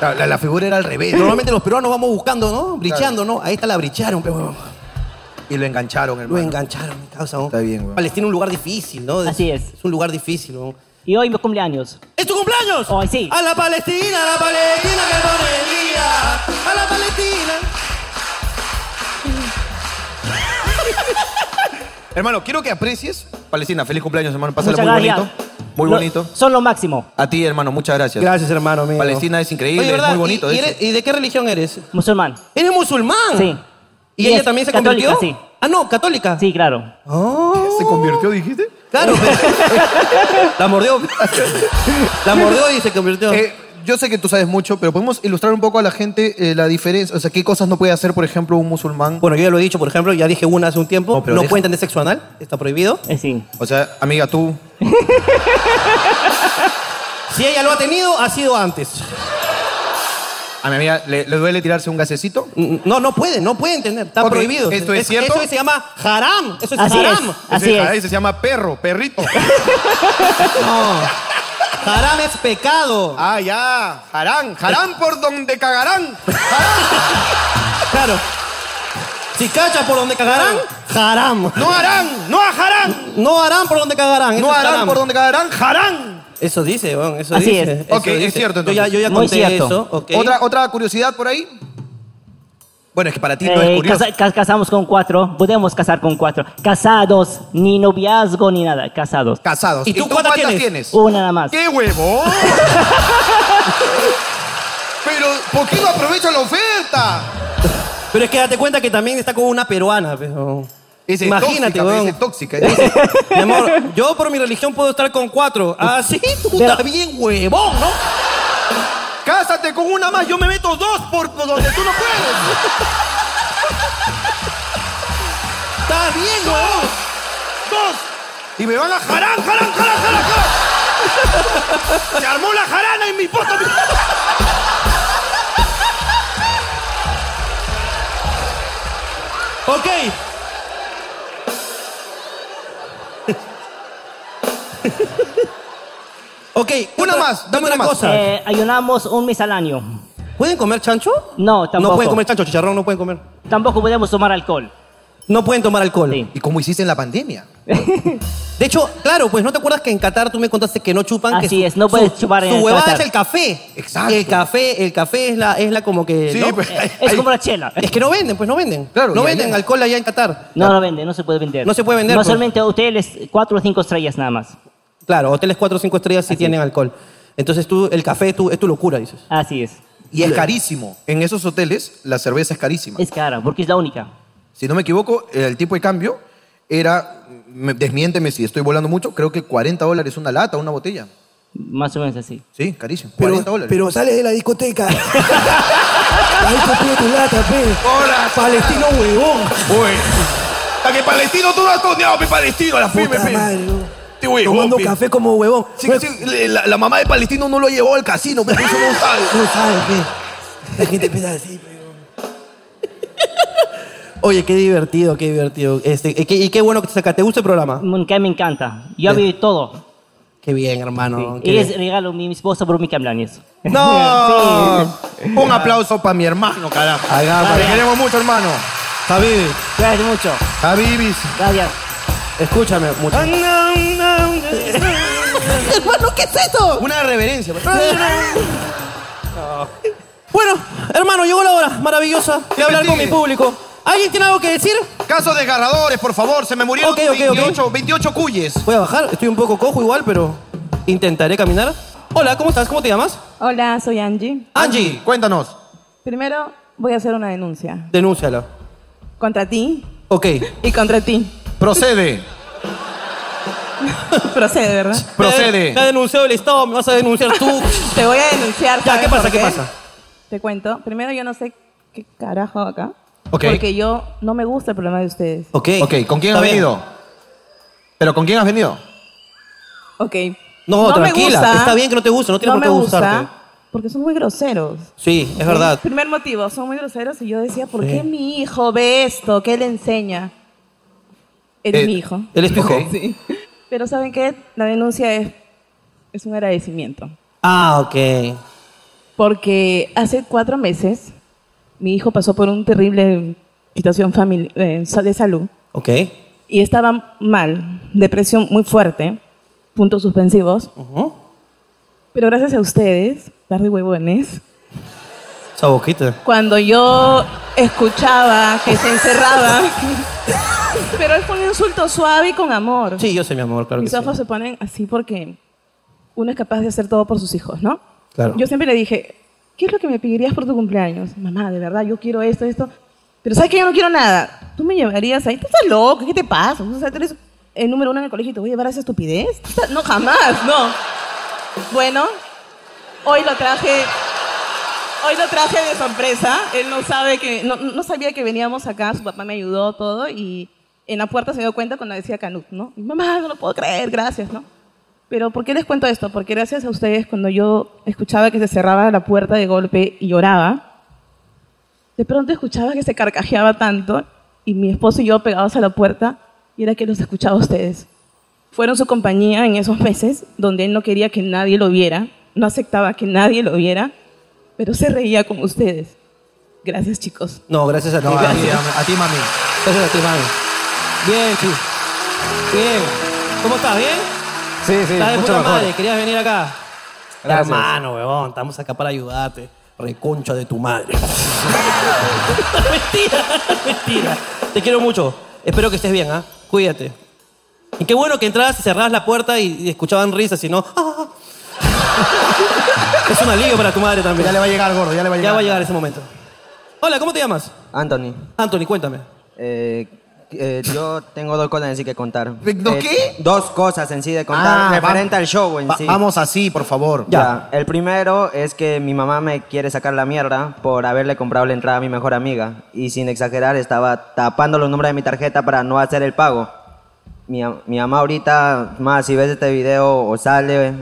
Speaker 16: La, la- la figura era al revés.
Speaker 1: Normalmente los peruanos vamos buscando, ¿no? Brichando, ¿no? Ahí está la bricharon, pero. weón.
Speaker 16: Y lo engancharon, hermano.
Speaker 1: Lo engancharon, mi causa, weón.
Speaker 16: Está bien, weón.
Speaker 1: Palestina es un lugar difícil, ¿no?
Speaker 15: Así es.
Speaker 1: Es un lugar difícil, weón.
Speaker 15: Y hoy mi cumpleaños.
Speaker 1: ¡Es tu cumpleaños!
Speaker 15: Hoy sí.
Speaker 1: ¡A la Palestina, a la Palestina que pone el día! ¡A la Palestina!
Speaker 2: Hermano, quiero que aprecies. Palestina, feliz cumpleaños, hermano. Pásale
Speaker 15: Muchas
Speaker 2: muy
Speaker 15: gracias.
Speaker 2: bonito. Muy
Speaker 15: Lo-
Speaker 2: bonito.
Speaker 15: Son lo máximo.
Speaker 2: A ti, hermano, muchas gracias.
Speaker 1: Gracias, hermano mío.
Speaker 2: Palestina es increíble,
Speaker 1: Oye,
Speaker 2: es
Speaker 1: ¿verdad?
Speaker 2: muy bonito. de
Speaker 1: ¿Y, y
Speaker 2: hecho.
Speaker 1: eres- y de qué religión eres?
Speaker 15: Musulmán.
Speaker 1: ¡Eres musulmán!
Speaker 15: Sí.
Speaker 1: ¿Y,
Speaker 15: Y
Speaker 1: ella
Speaker 15: es
Speaker 1: también se
Speaker 15: católica,
Speaker 1: convirtió?
Speaker 15: sí.
Speaker 1: Ah, no, católica.
Speaker 15: Sí, claro.
Speaker 1: Oh,
Speaker 2: ¿Se convirtió, dijiste?
Speaker 1: claro. pero- la mordió. La mordió y se convirtió.
Speaker 2: Eh, yo sé que tú sabes mucho, pero podemos ilustrar un poco a la gente eh, la diferencia. O sea, qué cosas no puede hacer, por ejemplo, un musulmán.
Speaker 1: Bueno, yo ya lo he dicho, por ejemplo, ya dije una hace un tiempo. No,
Speaker 2: pero deja-
Speaker 1: pueden tener sexo anal, está prohibido.
Speaker 15: Eh, sí.
Speaker 2: O sea, amiga, tú.
Speaker 1: Si ella lo ha tenido, ha sido antes.
Speaker 2: A mi amiga, ¿le, le duele tirarse un gasecito?
Speaker 1: N- Mm, No, no pueden, no pueden tener, está
Speaker 2: Ok,
Speaker 1: prohibido.
Speaker 2: ¿esto es cierto?
Speaker 1: Eso se llama haram, eso es
Speaker 15: Así es.
Speaker 1: haram.
Speaker 15: Así
Speaker 2: Ese-
Speaker 15: es.
Speaker 2: ahí se llama perro, perrito.
Speaker 1: No, haram es pecado.
Speaker 2: ah, ya. Jarán, jarán por donde cagarán.
Speaker 1: Claro. Si cacha por donde cagarán, haram.
Speaker 2: No harán, no harán.
Speaker 1: No harán por donde cagarán. eso
Speaker 2: No
Speaker 1: es
Speaker 2: harán
Speaker 1: haram.
Speaker 2: por donde cagarán, jarán.
Speaker 1: Eso dice, weón, eso
Speaker 15: Así
Speaker 1: dice.
Speaker 15: es.
Speaker 1: eso
Speaker 2: Ok, es
Speaker 1: dice.
Speaker 2: cierto,
Speaker 1: Yo ya, yo ya
Speaker 15: Muy
Speaker 1: conté
Speaker 15: cierto.
Speaker 1: eso. ok.
Speaker 2: ¿Otra, otra curiosidad por ahí. Bueno, es que para ti no es
Speaker 15: Eh,
Speaker 2: curioso.
Speaker 15: casa- ca- casamos con cuatro. Podemos casar con cuatro. Casados, ni noviazgo ni nada. Casados.
Speaker 2: Casados.
Speaker 1: ¿Y tú cuántas tienes?
Speaker 15: Una nada más.
Speaker 2: ¡Qué huevo! Pero, ¿por qué no aprovecha la oferta?
Speaker 1: Pero es que date cuenta que también está con una peruana. pues, weón.
Speaker 2: Esa es tóxica,
Speaker 1: Imagínate,
Speaker 2: pe, esa
Speaker 1: weón.
Speaker 2: es tóxica. esa es-
Speaker 1: Mi amor, yo por mi religión puedo estar con cuatro. Ah, sí, tú
Speaker 15: Pero-
Speaker 1: estás bien huevón, ¿no?
Speaker 2: Cásate con una más, yo me meto dos por por donde tú no puedes.
Speaker 1: Estás bien huevón.
Speaker 2: ¡Dos! Y me van a jarán, jarán, jarán, jarán, jarán. Se armó la jarana en mi puta.
Speaker 1: Ok. ok,
Speaker 2: Una
Speaker 1: otra-
Speaker 2: más, dame
Speaker 1: otra
Speaker 2: una más.
Speaker 1: cosa.
Speaker 15: Eh, ayunamos un mes al año.
Speaker 1: ¿Pueden comer chancho?
Speaker 17: No, tampoco.
Speaker 1: No pueden comer chancho, chicharrón no pueden comer.
Speaker 17: Tampoco podemos tomar alcohol.
Speaker 1: No pueden tomar alcohol.
Speaker 2: ¿Y cómo hiciste en la pandemia?
Speaker 1: De hecho, claro, pues no te acuerdas que en Qatar tú me contaste que no chupan. que
Speaker 17: Así
Speaker 1: su-
Speaker 17: es, no puedes
Speaker 1: su-
Speaker 17: chupar en
Speaker 1: Su
Speaker 17: el
Speaker 1: huevada
Speaker 17: Qatar.
Speaker 1: es el café. Exacto. El café, el café es la, es la como que.
Speaker 17: Sí,
Speaker 1: ¿no?
Speaker 17: pues, Es- es como la chela.
Speaker 1: Es que no venden, pues no venden.
Speaker 17: Claro,
Speaker 1: no
Speaker 17: y
Speaker 1: venden
Speaker 17: allá-
Speaker 1: alcohol allá en Qatar.
Speaker 17: No, no vende, no se puede vender.
Speaker 1: No se puede vender,
Speaker 17: No
Speaker 1: pues.
Speaker 17: solamente hoteles, cuatro o cinco estrellas nada más.
Speaker 1: Claro, hoteles 4 o 5 estrellas sí tienen alcohol. Entonces tú, el café tú- es tu locura, dices.
Speaker 17: Así es.
Speaker 2: Y es carísimo. En esos hoteles la cerveza es carísima. Es
Speaker 17: cara, porque es la única.
Speaker 2: Si no me equivoco, el tipo de cambio era, me- desmiénteme si estoy volando mucho, creo que 40 dólares una lata, una botella.
Speaker 17: Más o menos así.
Speaker 2: Sí, carísimo.
Speaker 18: Pero-
Speaker 2: 40 dólares.
Speaker 18: Pero sales de la discoteca. Ahí te pide tu lata, pe. Palestino huevón.
Speaker 8: Hasta que palestino tú no has condenado, mi palestino, a la firme, pe. Este huevón,
Speaker 18: Tomando
Speaker 8: pe.
Speaker 18: café como huevón.
Speaker 8: Sí,
Speaker 1: Pues,
Speaker 8: sí, la, la mamá de palestino no lo llevó al casino, pero eso no sabe.
Speaker 18: No sabe, pe. La gente piensa así, pe.
Speaker 1: Oye, qué divertido, qué divertido. Este, y, qué, y qué bueno que te saca. ¿Te gusta el programa?
Speaker 17: Que me encanta. Yo vi todo.
Speaker 1: Qué bien, hermano. qué
Speaker 17: Y les
Speaker 1: bien.
Speaker 17: regalo mi mi esposa por mi cablanes.
Speaker 8: ¡No! Un aplauso para mi hermano, carajo.
Speaker 1: ah.
Speaker 17: Vale.
Speaker 8: Te queremos mucho, hermano.
Speaker 1: Javi.
Speaker 17: Gracias mucho.
Speaker 8: Javibis.
Speaker 17: Gracias.
Speaker 1: Escúchame mucho.
Speaker 18: Hermano, ¿qué es esto?
Speaker 2: Una reverencia.
Speaker 18: pues.
Speaker 2: pues.
Speaker 1: Bueno, hermano, llegó la hora maravillosa de hablar con mi público. ¿Alguien tiene algo que decir?
Speaker 8: Casos desgarradores, por favor. Se me murieron
Speaker 1: Ok, ok, ok.
Speaker 8: 28, 28 cuyes.
Speaker 1: Voy a bajar, estoy un poco cojo igual, pero intentaré caminar. Hola, ¿cómo estás? ¿Cómo te llamas?
Speaker 4: Hola, soy Angie.
Speaker 1: Angie, cuéntanos.
Speaker 4: Primero voy a hacer una denuncia
Speaker 1: Denúnciala.
Speaker 4: contra ti
Speaker 1: Ok.
Speaker 4: y contra ti.
Speaker 8: Procede.
Speaker 4: Procede, ¿verdad?
Speaker 1: Procede. Me ha denunciado el Estado, me vas a denunciar tú.
Speaker 4: Te voy a denunciar.
Speaker 1: Ya, ¿qué
Speaker 4: ¿sabes
Speaker 1: pasa?
Speaker 4: por
Speaker 1: ¿Qué pasa?
Speaker 4: Te cuento. Primero yo no sé qué carajo acá.
Speaker 8: Ok.
Speaker 4: Porque yo no me gusta el problema de ustedes.
Speaker 1: Ok.
Speaker 8: Ok, ¿con quién
Speaker 1: Está
Speaker 8: has
Speaker 1: bien.
Speaker 8: venido? ¿Pero con quién has venido?
Speaker 4: Ok.
Speaker 1: No,
Speaker 4: me
Speaker 1: tranquila,
Speaker 4: gusta.
Speaker 1: está bien que no te guste, no tienes por qué
Speaker 4: me gusta
Speaker 1: gustarte.
Speaker 4: Porque son muy groseros.
Speaker 1: Sí, es verdad.
Speaker 4: Primer motivo, son muy groseros y yo decía, ¿por
Speaker 1: Sí.
Speaker 4: qué mi hijo ve esto? ¿Qué le enseña? Él
Speaker 1: Eh,
Speaker 4: es mi hijo.
Speaker 1: Él es tu hijo.
Speaker 4: Pero ¿saben qué? La denuncia es, es un agradecimiento.
Speaker 1: Ah, ok.
Speaker 4: Porque hace cuatro meses mi hijo pasó por una terrible situación famili- eh, sa- de salud
Speaker 1: Ok.
Speaker 4: y estaba mal, depresión muy fuerte, puntos suspensivos. Pero gracias a ustedes, par de huevones,
Speaker 1: Esa boquita.
Speaker 4: cuando yo escuchaba que se encerraba, pero él fue un insulto suave y con amor.
Speaker 1: Sí, yo sé, mi amor, claro que
Speaker 4: Mis
Speaker 1: sí.
Speaker 4: ojos se ponen así porque uno es capaz de hacer todo por sus hijos, ¿no?
Speaker 1: Claro.
Speaker 4: Yo siempre le dije, ¿qué es lo que me pedirías por tu cumpleaños? Mamá, de verdad, yo quiero esto, esto. Pero ¿sabes que yo no quiero nada? Tú me llevarías ahí. ¿Tú estás loco? ¿Qué te pasa? O sea, tú eres el número uno en el colegio y te voy a llevar a esa estupidez. ¿Tú estás- No, jamás, no. Bueno, hoy lo traje... Hoy lo traje de sorpresa. Él no sabe que... No, no sabía que veníamos acá. Su papá me ayudó todo y... En la puerta se dio cuenta cuando decía Canut, ¿no? Y, Mamá, no lo puedo creer, gracias, ¿no? Pero ¿por qué les cuento esto? Porque gracias a ustedes, cuando yo escuchaba que se cerraba la puerta de golpe y lloraba, de pronto escuchaba que se carcajeaba tanto y mi esposo y yo pegados a la puerta y era que los escuchaba a ustedes. Fueron su compañía en esos meses donde él no quería que nadie lo viera, no aceptaba que nadie lo viera, pero se reía con ustedes. Gracias, chicos.
Speaker 1: No, gracias a ti.
Speaker 4: No, a ti,
Speaker 1: a ti, mami. Gracias a ti, mami. Bien, sí. Bien. ¿Cómo estás? ¿Bien?
Speaker 7: Sí, sí,
Speaker 1: Estás de
Speaker 7: mucho
Speaker 1: puta
Speaker 7: mejor.
Speaker 1: madre, querías venir acá.
Speaker 7: Gracias.
Speaker 1: Hermano, weón, estamos acá para ayudarte. Reconcha de tu madre. mentira, mentira. Te quiero mucho. Espero que estés bien, ¿ah? Cuídate. Y qué bueno que entrabas y cerrabas la puerta y, y escuchaban risas, si no. "Ah". es un alivio para tu madre también.
Speaker 8: Ya le va a llegar, gordo, ya le va a llegar.
Speaker 1: Ya va a llegar ese momento. Hola, ¿cómo te llamas?
Speaker 19: Anthony.
Speaker 1: Anthony, cuéntame.
Speaker 19: Eh, eh, yo tengo dos cosas en sí que contar.
Speaker 1: ¿No
Speaker 19: Eh,
Speaker 1: qué?
Speaker 19: Dos cosas en sí de contar
Speaker 8: Ah,
Speaker 19: referente
Speaker 8: va-
Speaker 19: al show en
Speaker 8: va-
Speaker 19: sí.
Speaker 8: vamos así, por favor.
Speaker 19: Ya. El primero es que mi mamá me quiere sacar la mierda por haberle comprado la entrada a mi mejor amiga. Y sin exagerar, estaba tapando los números de mi tarjeta para no hacer el pago. Mi, am- mi mamá ahorita, más si ves este video o sale,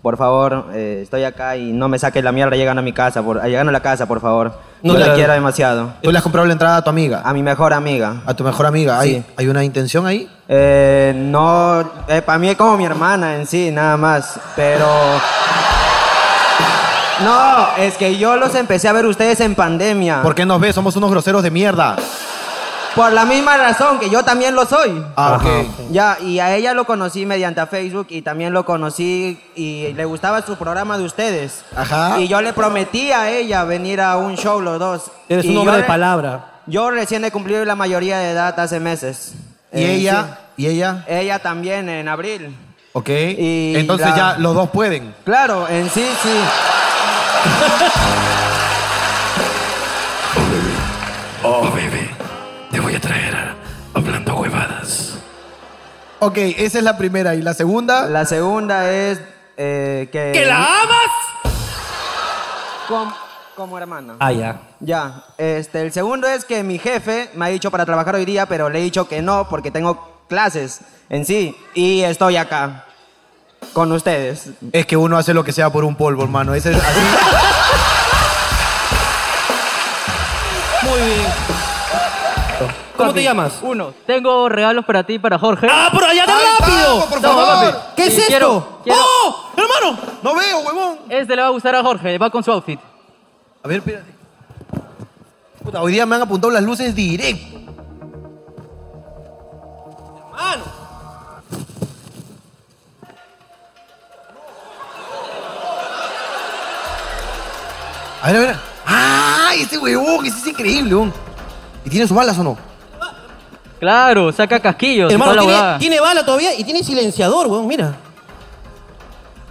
Speaker 19: por favor, eh, estoy acá y no me saques la mierda llegando a mi casa, por, llegando a la casa, por favor.
Speaker 2: No
Speaker 19: No, la
Speaker 2: te-
Speaker 19: quiero demasiado.
Speaker 2: ¿Tú le has comprado la entrada a tu amiga?
Speaker 19: A mi mejor amiga.
Speaker 2: ¿A tu mejor amiga? ¿Hay,
Speaker 19: Sí.
Speaker 2: ¿hay una intención ahí?
Speaker 19: Eh, no, eh, para mí es como mi hermana en sí, nada más. Pero No, es que yo los empecé a ver ustedes en pandemia.
Speaker 8: ¿Por qué nos ves? Somos unos groseros de mierda.
Speaker 19: Por la misma razón que yo también lo soy.
Speaker 8: Ah, ok.
Speaker 19: Ya, y a ella lo conocí mediante a Facebook y también lo conocí y le gustaba su programa de ustedes.
Speaker 8: Ajá.
Speaker 19: Y yo le prometí a ella venir a un show los dos.
Speaker 1: Eres
Speaker 19: Y
Speaker 1: un
Speaker 19: yo
Speaker 1: hombre de
Speaker 19: re-
Speaker 1: palabra.
Speaker 19: Yo recién he cumplido la mayoría de edad hace meses.
Speaker 8: ¿Y
Speaker 19: Eh,
Speaker 8: ella? ¿Y ella?
Speaker 19: sí. Ella también en abril.
Speaker 8: Ok. Entonces
Speaker 19: la-
Speaker 8: ya los dos pueden.
Speaker 19: Claro, en sí, sí.
Speaker 3: Oh, bebé, te voy a traer a- hablando huevadas.
Speaker 8: Ok, esa es la primera. ¿Y la segunda?
Speaker 19: La segunda es eh, que...
Speaker 3: ¿Que la
Speaker 19: Com- como hermana.
Speaker 1: Ah, ya.
Speaker 19: Ya, este, el segundo es que mi jefe me ha dicho para trabajar hoy día, pero le he dicho que no porque tengo clases en sí y estoy acá con ustedes.
Speaker 8: Es que uno hace lo que sea por un polvo, hermano. Ese es así.
Speaker 19: Muy bien.
Speaker 1: ¿Cómo te llamas?
Speaker 17: Uno. Tengo regalos para ti y para Jorge. ¡Ah,
Speaker 1: por allá
Speaker 17: tan rápido!
Speaker 1: por favor! ¿Qué es esto?
Speaker 17: ¡Oh!
Speaker 1: ¡Hermano!
Speaker 8: ¡No veo, huevón!
Speaker 17: Este le va a gustar a Jorge, va con su outfit.
Speaker 8: A ver, espérate. Puta, hoy día me han apuntado las luces directo. A ver, a ver. ¡Ah! Ese huevón, ese es increíble, huevón. ¿Y tiene sus balas o no?
Speaker 17: Claro, saca casquillos.
Speaker 1: Hermano,
Speaker 17: y toda la
Speaker 1: tiene,
Speaker 17: huevada.
Speaker 1: tiene bala todavía y tiene silenciador, weón, mira.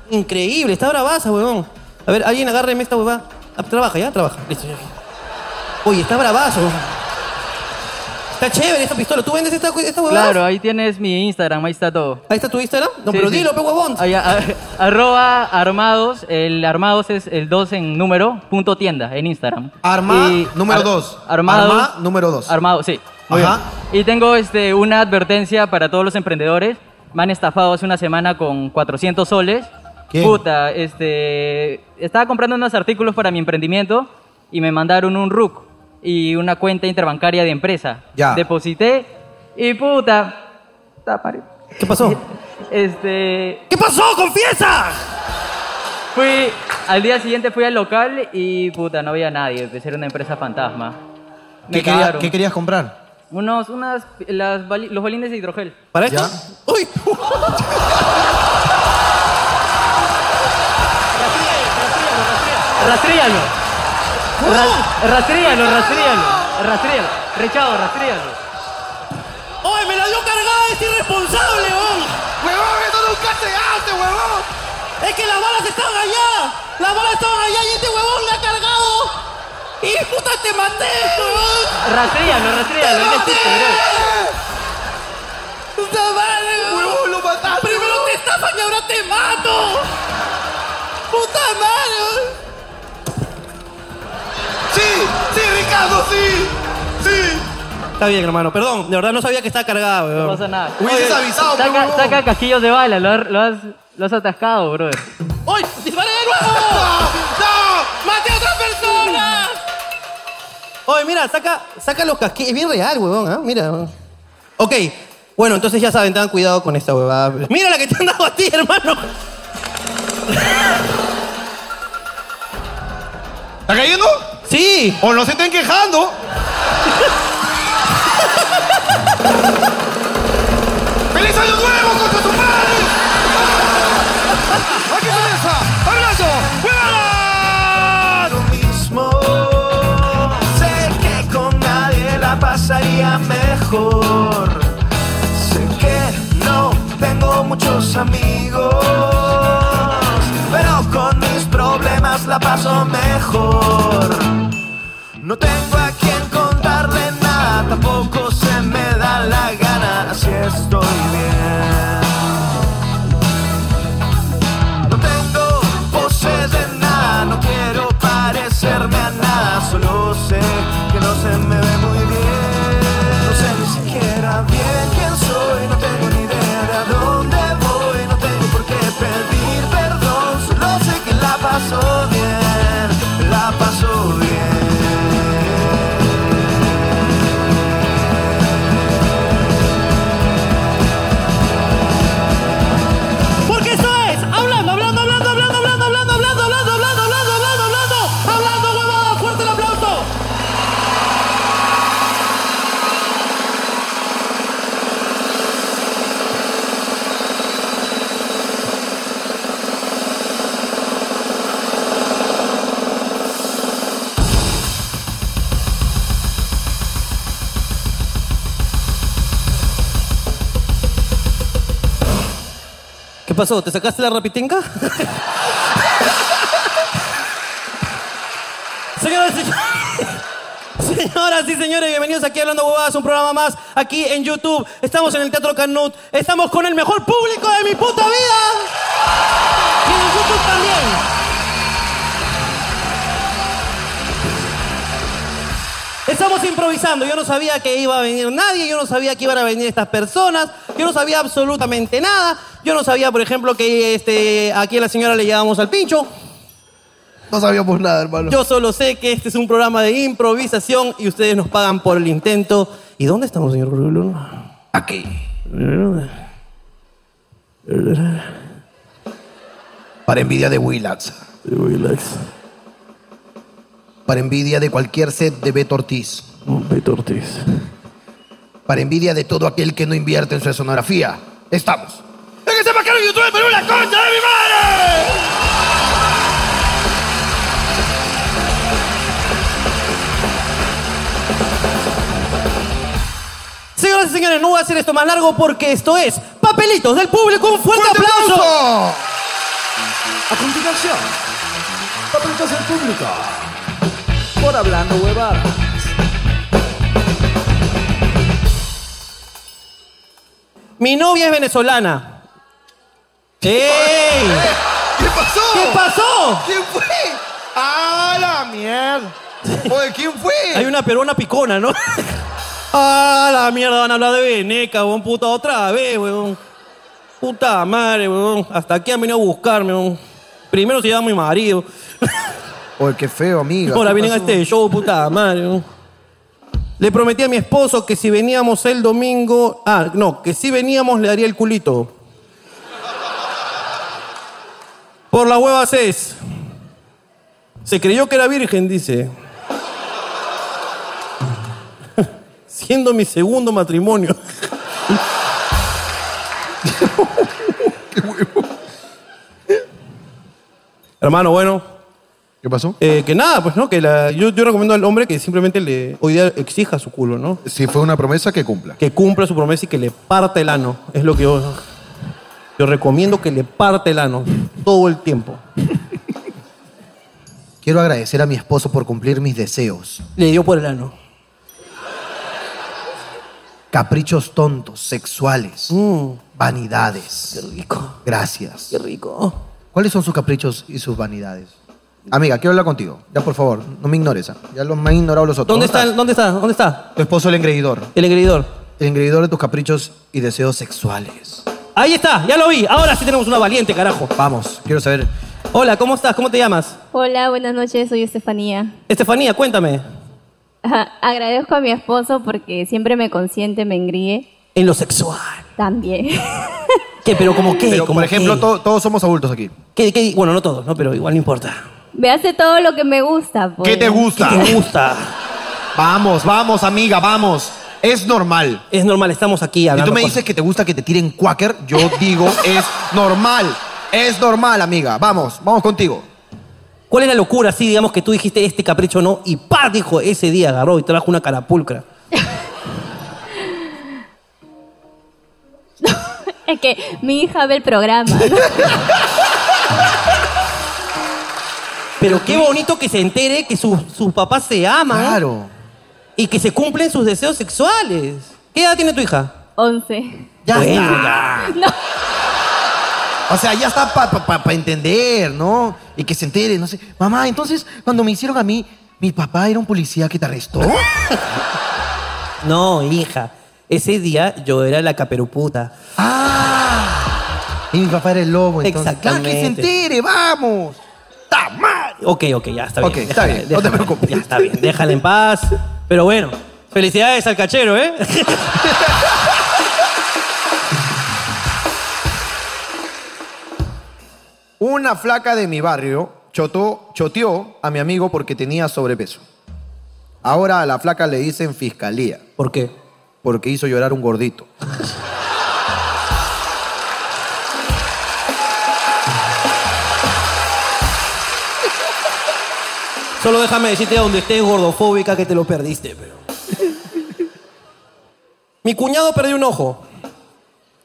Speaker 1: Increíble, está bravaza, weón. A ver, alguien agárreme esta huevada. Ah, Trabaja, ya, trabaja. Listo, ya. Oye, está bravazo. weón. Está chévere esta pistola. ¿Tú vendes esta, esta huevada?
Speaker 17: Claro, ahí tienes mi Instagram, ahí está todo.
Speaker 1: Ahí está tu Instagram. No, pero dilo, pe huevón.
Speaker 17: Ahí, a- a- arroba armados, el armados es el 2 en número, punto tienda en Instagram.
Speaker 8: Arma
Speaker 17: Y
Speaker 8: número
Speaker 17: ar-
Speaker 8: 2.
Speaker 17: Armados.
Speaker 8: Arma número 2.
Speaker 17: Armado, sí. Muy
Speaker 8: Ajá.
Speaker 17: bien. Y tengo este, una advertencia para todos los emprendedores. Me han estafado hace una semana con 400 soles.
Speaker 8: ¿Quién?
Speaker 17: Puta, este, estaba comprando unos artículos para mi emprendimiento y me mandaron un RUC y una cuenta interbancaria de empresa.
Speaker 8: Ya.
Speaker 17: Deposité y puta.
Speaker 1: ¿Qué pasó?
Speaker 17: Este,
Speaker 1: ¿Qué pasó? ¡Confiesa!
Speaker 17: Fui, al día siguiente fui al local y puta, no había nadie. Empecé era una empresa fantasma. Me
Speaker 8: ¿Qué, quería-
Speaker 17: cagaron.
Speaker 8: ¿Qué querías comprar?
Speaker 17: Unos, unas, las bali- los balines de hidrogel.
Speaker 1: ¿Para esto? ¡Uy!
Speaker 17: Rastríalo. Ra- Rastríalo, rastríalo. Rastríalo. Rechado, rastríalo.
Speaker 1: ¡Oye, me la dio cargada este irresponsable, weón!
Speaker 3: ¡Huevón, eso nunca se hace, huevón!
Speaker 1: ¡Es que las balas estaban allá! ¡Las balas estaban allá y este huevón la ha cargado! ¡Y puta, te maté, weón!
Speaker 17: Rastríalo, rastríalo. ¿Qué hiciste,
Speaker 1: ¡Puta madre, huevón! ¡Lo mataste! ¡Primero te estafan y ahora te mato! ¡Puta madre, weón!
Speaker 3: ¡Sí! ¡Sí, Ricardo, sí! ¡Sí!
Speaker 1: Está bien, hermano. Perdón, de verdad no sabía que estaba cargada, weón.
Speaker 17: No pasa nada.
Speaker 1: Oye,
Speaker 17: saca, saca casquillos de bala, lo, has- lo has, lo has atascado, brother.
Speaker 1: ¡Uy! ¡Disparé de nuevo! ¡No! ¡Mate a otra persona! Oye, mira, saca, saca los casquillos. Es bien real, huevón, ¿ah? Mira. Ok. Bueno, entonces ya saben, tengan cuidado con esta huevada. Mira la que te han dado a ti, hermano.
Speaker 8: ¿Está cayendo?
Speaker 1: Sí.
Speaker 8: ¿O no se estén quejando?
Speaker 3: ¡Feliz año nuevo, contra tu madre! ¡Aquí comienza! ¡Hablando! ¡Huevadas! Lo mismo Sé que con nadie la pasaría mejor Sé que no tengo muchos amigos Pero con mis problemas la paso mejor no tengo a quien contarle nada, tampoco se me da la gana, así estoy bien. No tengo poses de nada, no quiero parecerme a nada, solo sé que no se me ve muy bien. No sé ni siquiera bien quién soy, no tengo ni idea de a dónde voy, no tengo por qué pedir perdón, solo sé que la paso bien, la paso bien.
Speaker 1: pasó? ¿Te sacaste la rapitenca? Señoras y Señoras y señores, bienvenidos aquí a Hablando Bobadas, un programa más aquí en YouTube. Estamos en el Teatro Canut, estamos con el mejor público de mi puta vida. Y en YouTube también. Estamos improvisando, yo no sabía que iba a venir nadie, yo no sabía que iban a venir estas personas, yo no sabía absolutamente nada, yo no sabía, por ejemplo, que este, aquí a la señora le llevábamos al pincho.
Speaker 2: No sabíamos nada, hermano.
Speaker 1: Yo solo sé que este es un programa de improvisación y ustedes nos pagan por el intento. ¿Y dónde estamos, señor Rulo?
Speaker 2: Aquí. Para envidia de Willax. De Willax. Para envidia de cualquier set de Beto Ortiz. Beto Ortiz. Para envidia de todo aquel que no invierte en su escenografía. Estamos.
Speaker 3: ¡Es que se marcaron YouTube de Perú la concha de mi madre!
Speaker 1: Señoras y señores, no voy a hacer esto más largo porque esto es Papelitos del Público. ¡Un fuerte, aplauso!
Speaker 2: A continuación, Papelitos del Público.
Speaker 20: Por hablando huevadas.
Speaker 1: Mi novia es venezolana. ¡Ey!
Speaker 8: ¿Qué pasó?
Speaker 1: ¿Qué pasó?
Speaker 8: ¿Quién fue? ¡Ah, la mierda! Oye, ¿quién fue?
Speaker 1: Hay una peruana picona, ¿no? ¡Ah, la mierda! Van a hablar de Veneca, weón, puta, otra vez, weón. Puta madre, weón. Hasta aquí han venido a buscarme, weón. Primero se lleva a mi marido.
Speaker 8: Oye, qué feo, amiga.
Speaker 1: Ahora
Speaker 8: ¿Qué
Speaker 1: vienen a
Speaker 8: pasó?
Speaker 1: este show, puta madre. ¿no? Le prometí a mi esposo que si veníamos el domingo. Ah, no, que si veníamos le daría el culito. Por la hueva es. Se creyó que era virgen, dice. Siendo mi segundo matrimonio. Hermano, bueno.
Speaker 8: ¿Qué pasó?
Speaker 1: que nada, pues no, que la- yo, yo recomiendo al hombre que simplemente le hoy día exija su culo, ¿no?
Speaker 8: Si fue una promesa, que cumpla.
Speaker 1: Que cumpla su promesa y que le parta el ano. Es lo que yo, yo recomiendo que le parte el ano todo el tiempo.
Speaker 2: Quiero agradecer a mi esposo por cumplir mis deseos.
Speaker 1: Le dio por el ano.
Speaker 2: Caprichos tontos, sexuales,
Speaker 1: Mm.
Speaker 2: vanidades. Qué rico. Gracias. Qué
Speaker 1: rico.
Speaker 2: ¿Cuáles son sus caprichos y sus vanidades? Amiga, quiero hablar contigo. Ya, por favor, no me ignores. ¿ah? Ya los me han ignorado los otros.
Speaker 1: ¿Dónde está? el- ¿Dónde está? ¿Dónde está?
Speaker 2: Tu esposo el engreidor.
Speaker 1: El engreidor.
Speaker 2: El engreidor de tus caprichos y deseos sexuales.
Speaker 1: Ahí está, ya lo vi. Ahora sí tenemos una valiente, carajo.
Speaker 2: Vamos, quiero saber.
Speaker 1: Hola, ¿cómo estás? ¿Cómo te llamas?
Speaker 21: Hola, buenas noches, soy Estefanía.
Speaker 1: Estefanía, cuéntame.
Speaker 21: Ajá, Agradezco a mi esposo porque siempre me consiente, me engríe
Speaker 1: En lo sexual.
Speaker 21: también.
Speaker 1: ¿Qué? ¿Pero como qué?
Speaker 8: Pero,
Speaker 1: ¿Cómo
Speaker 8: por ejemplo,
Speaker 1: qué?
Speaker 8: to- todos somos adultos aquí.
Speaker 1: ¿Qué, qué? Bueno, no todos, ¿no? Pero igual no importa.
Speaker 21: Me hace todo lo que me gusta. pues.
Speaker 8: ¿Qué te gusta?
Speaker 1: ¿Qué te gusta?
Speaker 8: Vamos, vamos, amiga, vamos. Es normal.
Speaker 1: Es normal, estamos aquí
Speaker 8: Si
Speaker 1: hablando
Speaker 8: tú me
Speaker 1: con-
Speaker 8: dices que te gusta que te tiren cuáquer, yo digo es normal. Es normal, amiga. Vamos, vamos contigo.
Speaker 1: ¿Cuál es la locura así, digamos, que tú dijiste este capricho no? Y pa, dijo, ese día agarró y trajo una carapulcra.
Speaker 21: Es que mi hija ve el programa. ¿no?
Speaker 1: Pero qué bonito que se entere que sus sus papás se aman. Claro. Y que se cumplen sus deseos sexuales. ¿Qué edad tiene tu hija?
Speaker 21: Once.
Speaker 1: Ya
Speaker 21: No.
Speaker 2: O sea, ya está para entender, ¿no? Y que se entere, no sé. Mamá, entonces, cuando me hicieron a mí, mi papá era un policía que te arrestó.
Speaker 1: No, hija. Ese día yo era la caperuputa.
Speaker 2: y mi papá era el lobo, entonces.
Speaker 1: Exactamente.
Speaker 2: Claro, que se entere, vamos.
Speaker 1: Ok, ok, ya está bien.
Speaker 2: Ok, está
Speaker 1: déjala,
Speaker 2: bien, no te
Speaker 1: déjala, Ya está bien, déjala en paz. Pero bueno, felicidades al cachero, ¿eh?
Speaker 8: Una flaca de mi barrio chotó, choteó a mi amigo porque tenía sobrepeso. Ahora a la flaca le dicen fiscalía.
Speaker 1: ¿Por qué?
Speaker 8: Porque hizo llorar un gordito.
Speaker 1: Solo déjame decirte donde estés gordofóbica que te lo perdiste, pero. Mi cuñado perdió un ojo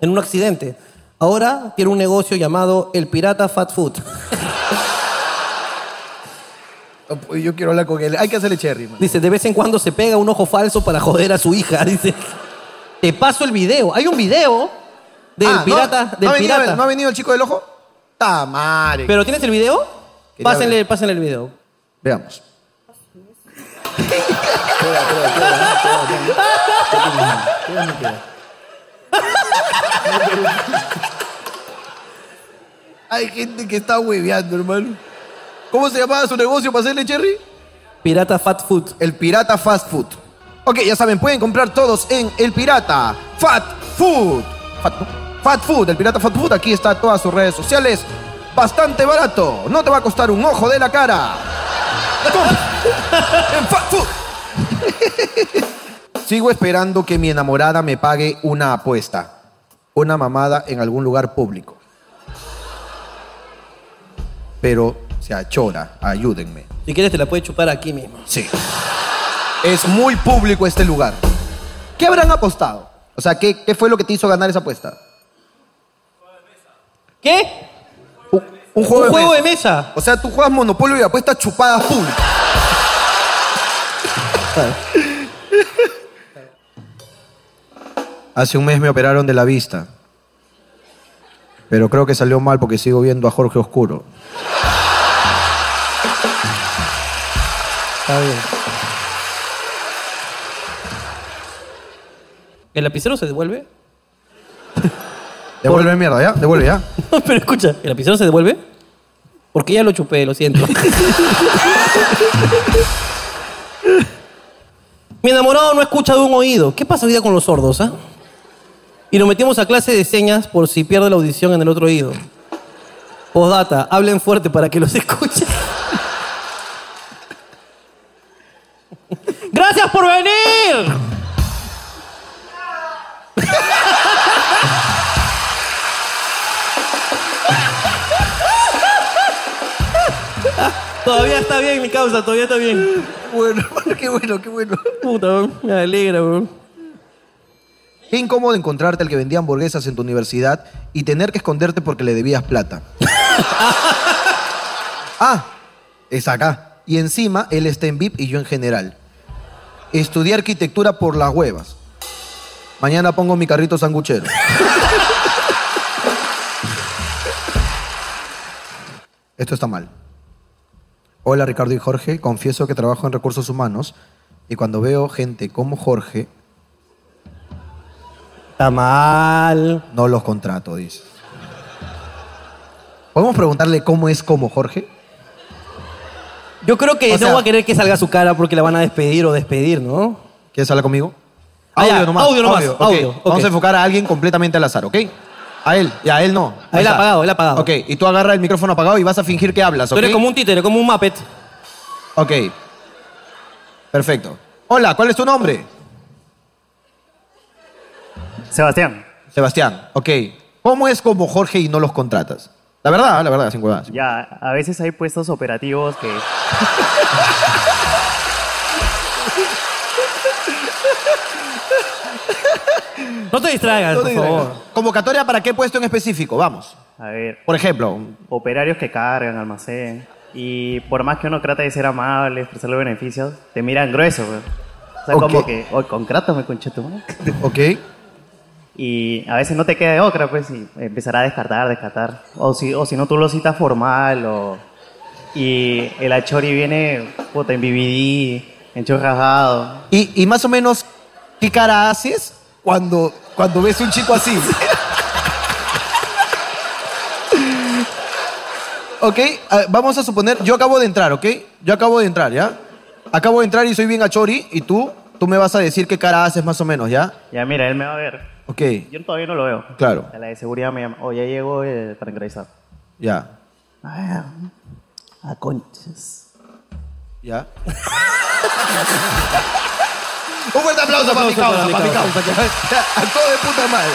Speaker 1: en un accidente. Ahora tiene un negocio llamado El Pirata Fat Food.
Speaker 2: Yo quiero hablar con él. Hay que hacerle cherry,
Speaker 1: Dice, de vez en cuando se pega un ojo falso para joder a su hija. Dice, te paso el video. Hay un video del
Speaker 2: Ah, ¿no?
Speaker 1: pirata.
Speaker 2: ¿No
Speaker 1: del
Speaker 2: ha venido
Speaker 1: pirata.
Speaker 2: el- no ha venido el chico del ojo? ¡Ta madre!
Speaker 1: ¿Pero tienes el video?
Speaker 2: Quería
Speaker 1: Pásenle,
Speaker 2: ver.
Speaker 1: pásenle el video.
Speaker 2: Veamos. Hay gente que está hueveando, hermano. ¿Cómo se llamaba su negocio para hacerle cherry?
Speaker 1: Pirata Fat Food.
Speaker 2: El Pirata Fast Food.
Speaker 8: Ok, ya saben, pueden comprar todos en El Pirata Fat Food. Fat, Fat Food, El Pirata Fat Food. Aquí está todas sus redes sociales. Bastante barato. No te va a costar un ojo de la cara. Compra en Fat Food.
Speaker 2: Sigo esperando que mi enamorada me pague una apuesta. Una mamada en algún lugar público.
Speaker 8: Pero se achora. Ayúdenme.
Speaker 1: Si quieres te la puedes chupar aquí mismo.
Speaker 8: Sí. Es muy público este lugar.
Speaker 2: ¿Qué habrán apostado?
Speaker 8: O sea, ¿qué, qué fue lo que te hizo ganar esa apuesta?
Speaker 1: ¿Qué?
Speaker 8: Un, juego,
Speaker 1: ¿Un
Speaker 8: de,
Speaker 1: juego
Speaker 8: mesa.
Speaker 1: de mesa?
Speaker 8: O sea, tú juegas Monopolio y apuestas chupadas públicas.
Speaker 2: Hace un mes me operaron de la vista. Pero creo que salió mal porque sigo viendo a Jorge Oscuro.
Speaker 1: Está bien. ¿El lapicero se devuelve?
Speaker 2: Devuelve mierda, ¿ya? Devuelve, ¿ya?
Speaker 1: No, pero escucha, ¿el lapicero se devuelve? Porque ya lo chupé, lo siento. Mi enamorado no escucha de un oído. ¿Qué pasa hoy día con los sordos, ah? Y lo metimos a clase de señas por si pierde la audición en el otro oído. Postdata, hablen fuerte para que los escuchen. ¡Gracias por venir! Todavía está bien mi causa, todavía está bien.
Speaker 2: Bueno, qué bueno, qué bueno.
Speaker 1: Puta, weón, me alegra, weón.
Speaker 2: Qué incómodo encontrarte al que vendía hamburguesas en tu universidad y tener que esconderte porque le debías plata. ah, es acá. Y encima, él está en VIP y yo en general. Estudié arquitectura por las huevas. Mañana pongo mi carrito sanguchero. Esto está mal. Hola Ricardo y Jorge, confieso que trabajo en recursos humanos y cuando veo gente como Jorge...
Speaker 1: Está mal.
Speaker 2: No los contrato, dice. ¿Podemos preguntarle cómo es como Jorge?
Speaker 1: Yo creo que
Speaker 2: O
Speaker 1: no
Speaker 2: sea-
Speaker 1: va a querer que salga su cara porque la van a despedir o despedir, ¿no?
Speaker 2: ¿Quieres hablar conmigo?
Speaker 1: Ah, ya, Audio nomás. Audio,
Speaker 2: ok. Vamos a enfocar a alguien completamente al azar, ¿ok? A él, y a él no.
Speaker 1: A él apagado, él apagado.
Speaker 2: Ok, y tú agarras el micrófono apagado y vas a fingir que hablas,
Speaker 1: Tú
Speaker 2: ¿ok?
Speaker 1: eres como un títere, como un Muppet.
Speaker 2: Ok. Perfecto. Hola, ¿cuál es tu nombre?
Speaker 22: Sebastián.
Speaker 2: Sebastián, ok. ¿Cómo es como Jorge y no los contratas? La verdad, la verdad, sin huevadas.
Speaker 22: Ya, a veces hay puestos operativos que...
Speaker 1: No te distraigas, por favor.
Speaker 2: Convocatoria para qué puesto en específico, vamos.
Speaker 22: A ver.
Speaker 2: Por ejemplo.
Speaker 22: Operarios que cargan, almacén. Y por más que uno trate de ser amable, expresar los beneficios, te miran grueso, weón. O sea,
Speaker 2: Ok.
Speaker 22: como que, oye, contrátame, conchetumare".
Speaker 2: Ok.
Speaker 22: Y a veces no te queda de otra, pues, y empezará a descartar, descartar. O si, o si no, tú lo citas formal, o... Y el achori viene, puta, en BBD, en chorrajado.
Speaker 2: Y, y más o menos, ¿qué cara haces cuando, cuando ves un chico así? ok, a- vamos a suponer, yo acabo de entrar, ¿ok? Yo acabo de entrar, ¿ya? Acabo de entrar y soy bien achori y tú, tú me vas a decir qué cara haces más o menos, ¿ya?
Speaker 22: Ya, mira, él me va a ver.
Speaker 2: Ok,
Speaker 22: Yo todavía no lo veo.
Speaker 2: Claro.
Speaker 22: La de seguridad me llama. Oye, ya llegó eh, para ingresar.
Speaker 2: ya.
Speaker 22: A ver. A conchas.
Speaker 2: Ya. Un fuerte aplauso para mi causa, para mi causa. que- A todo de puta madre.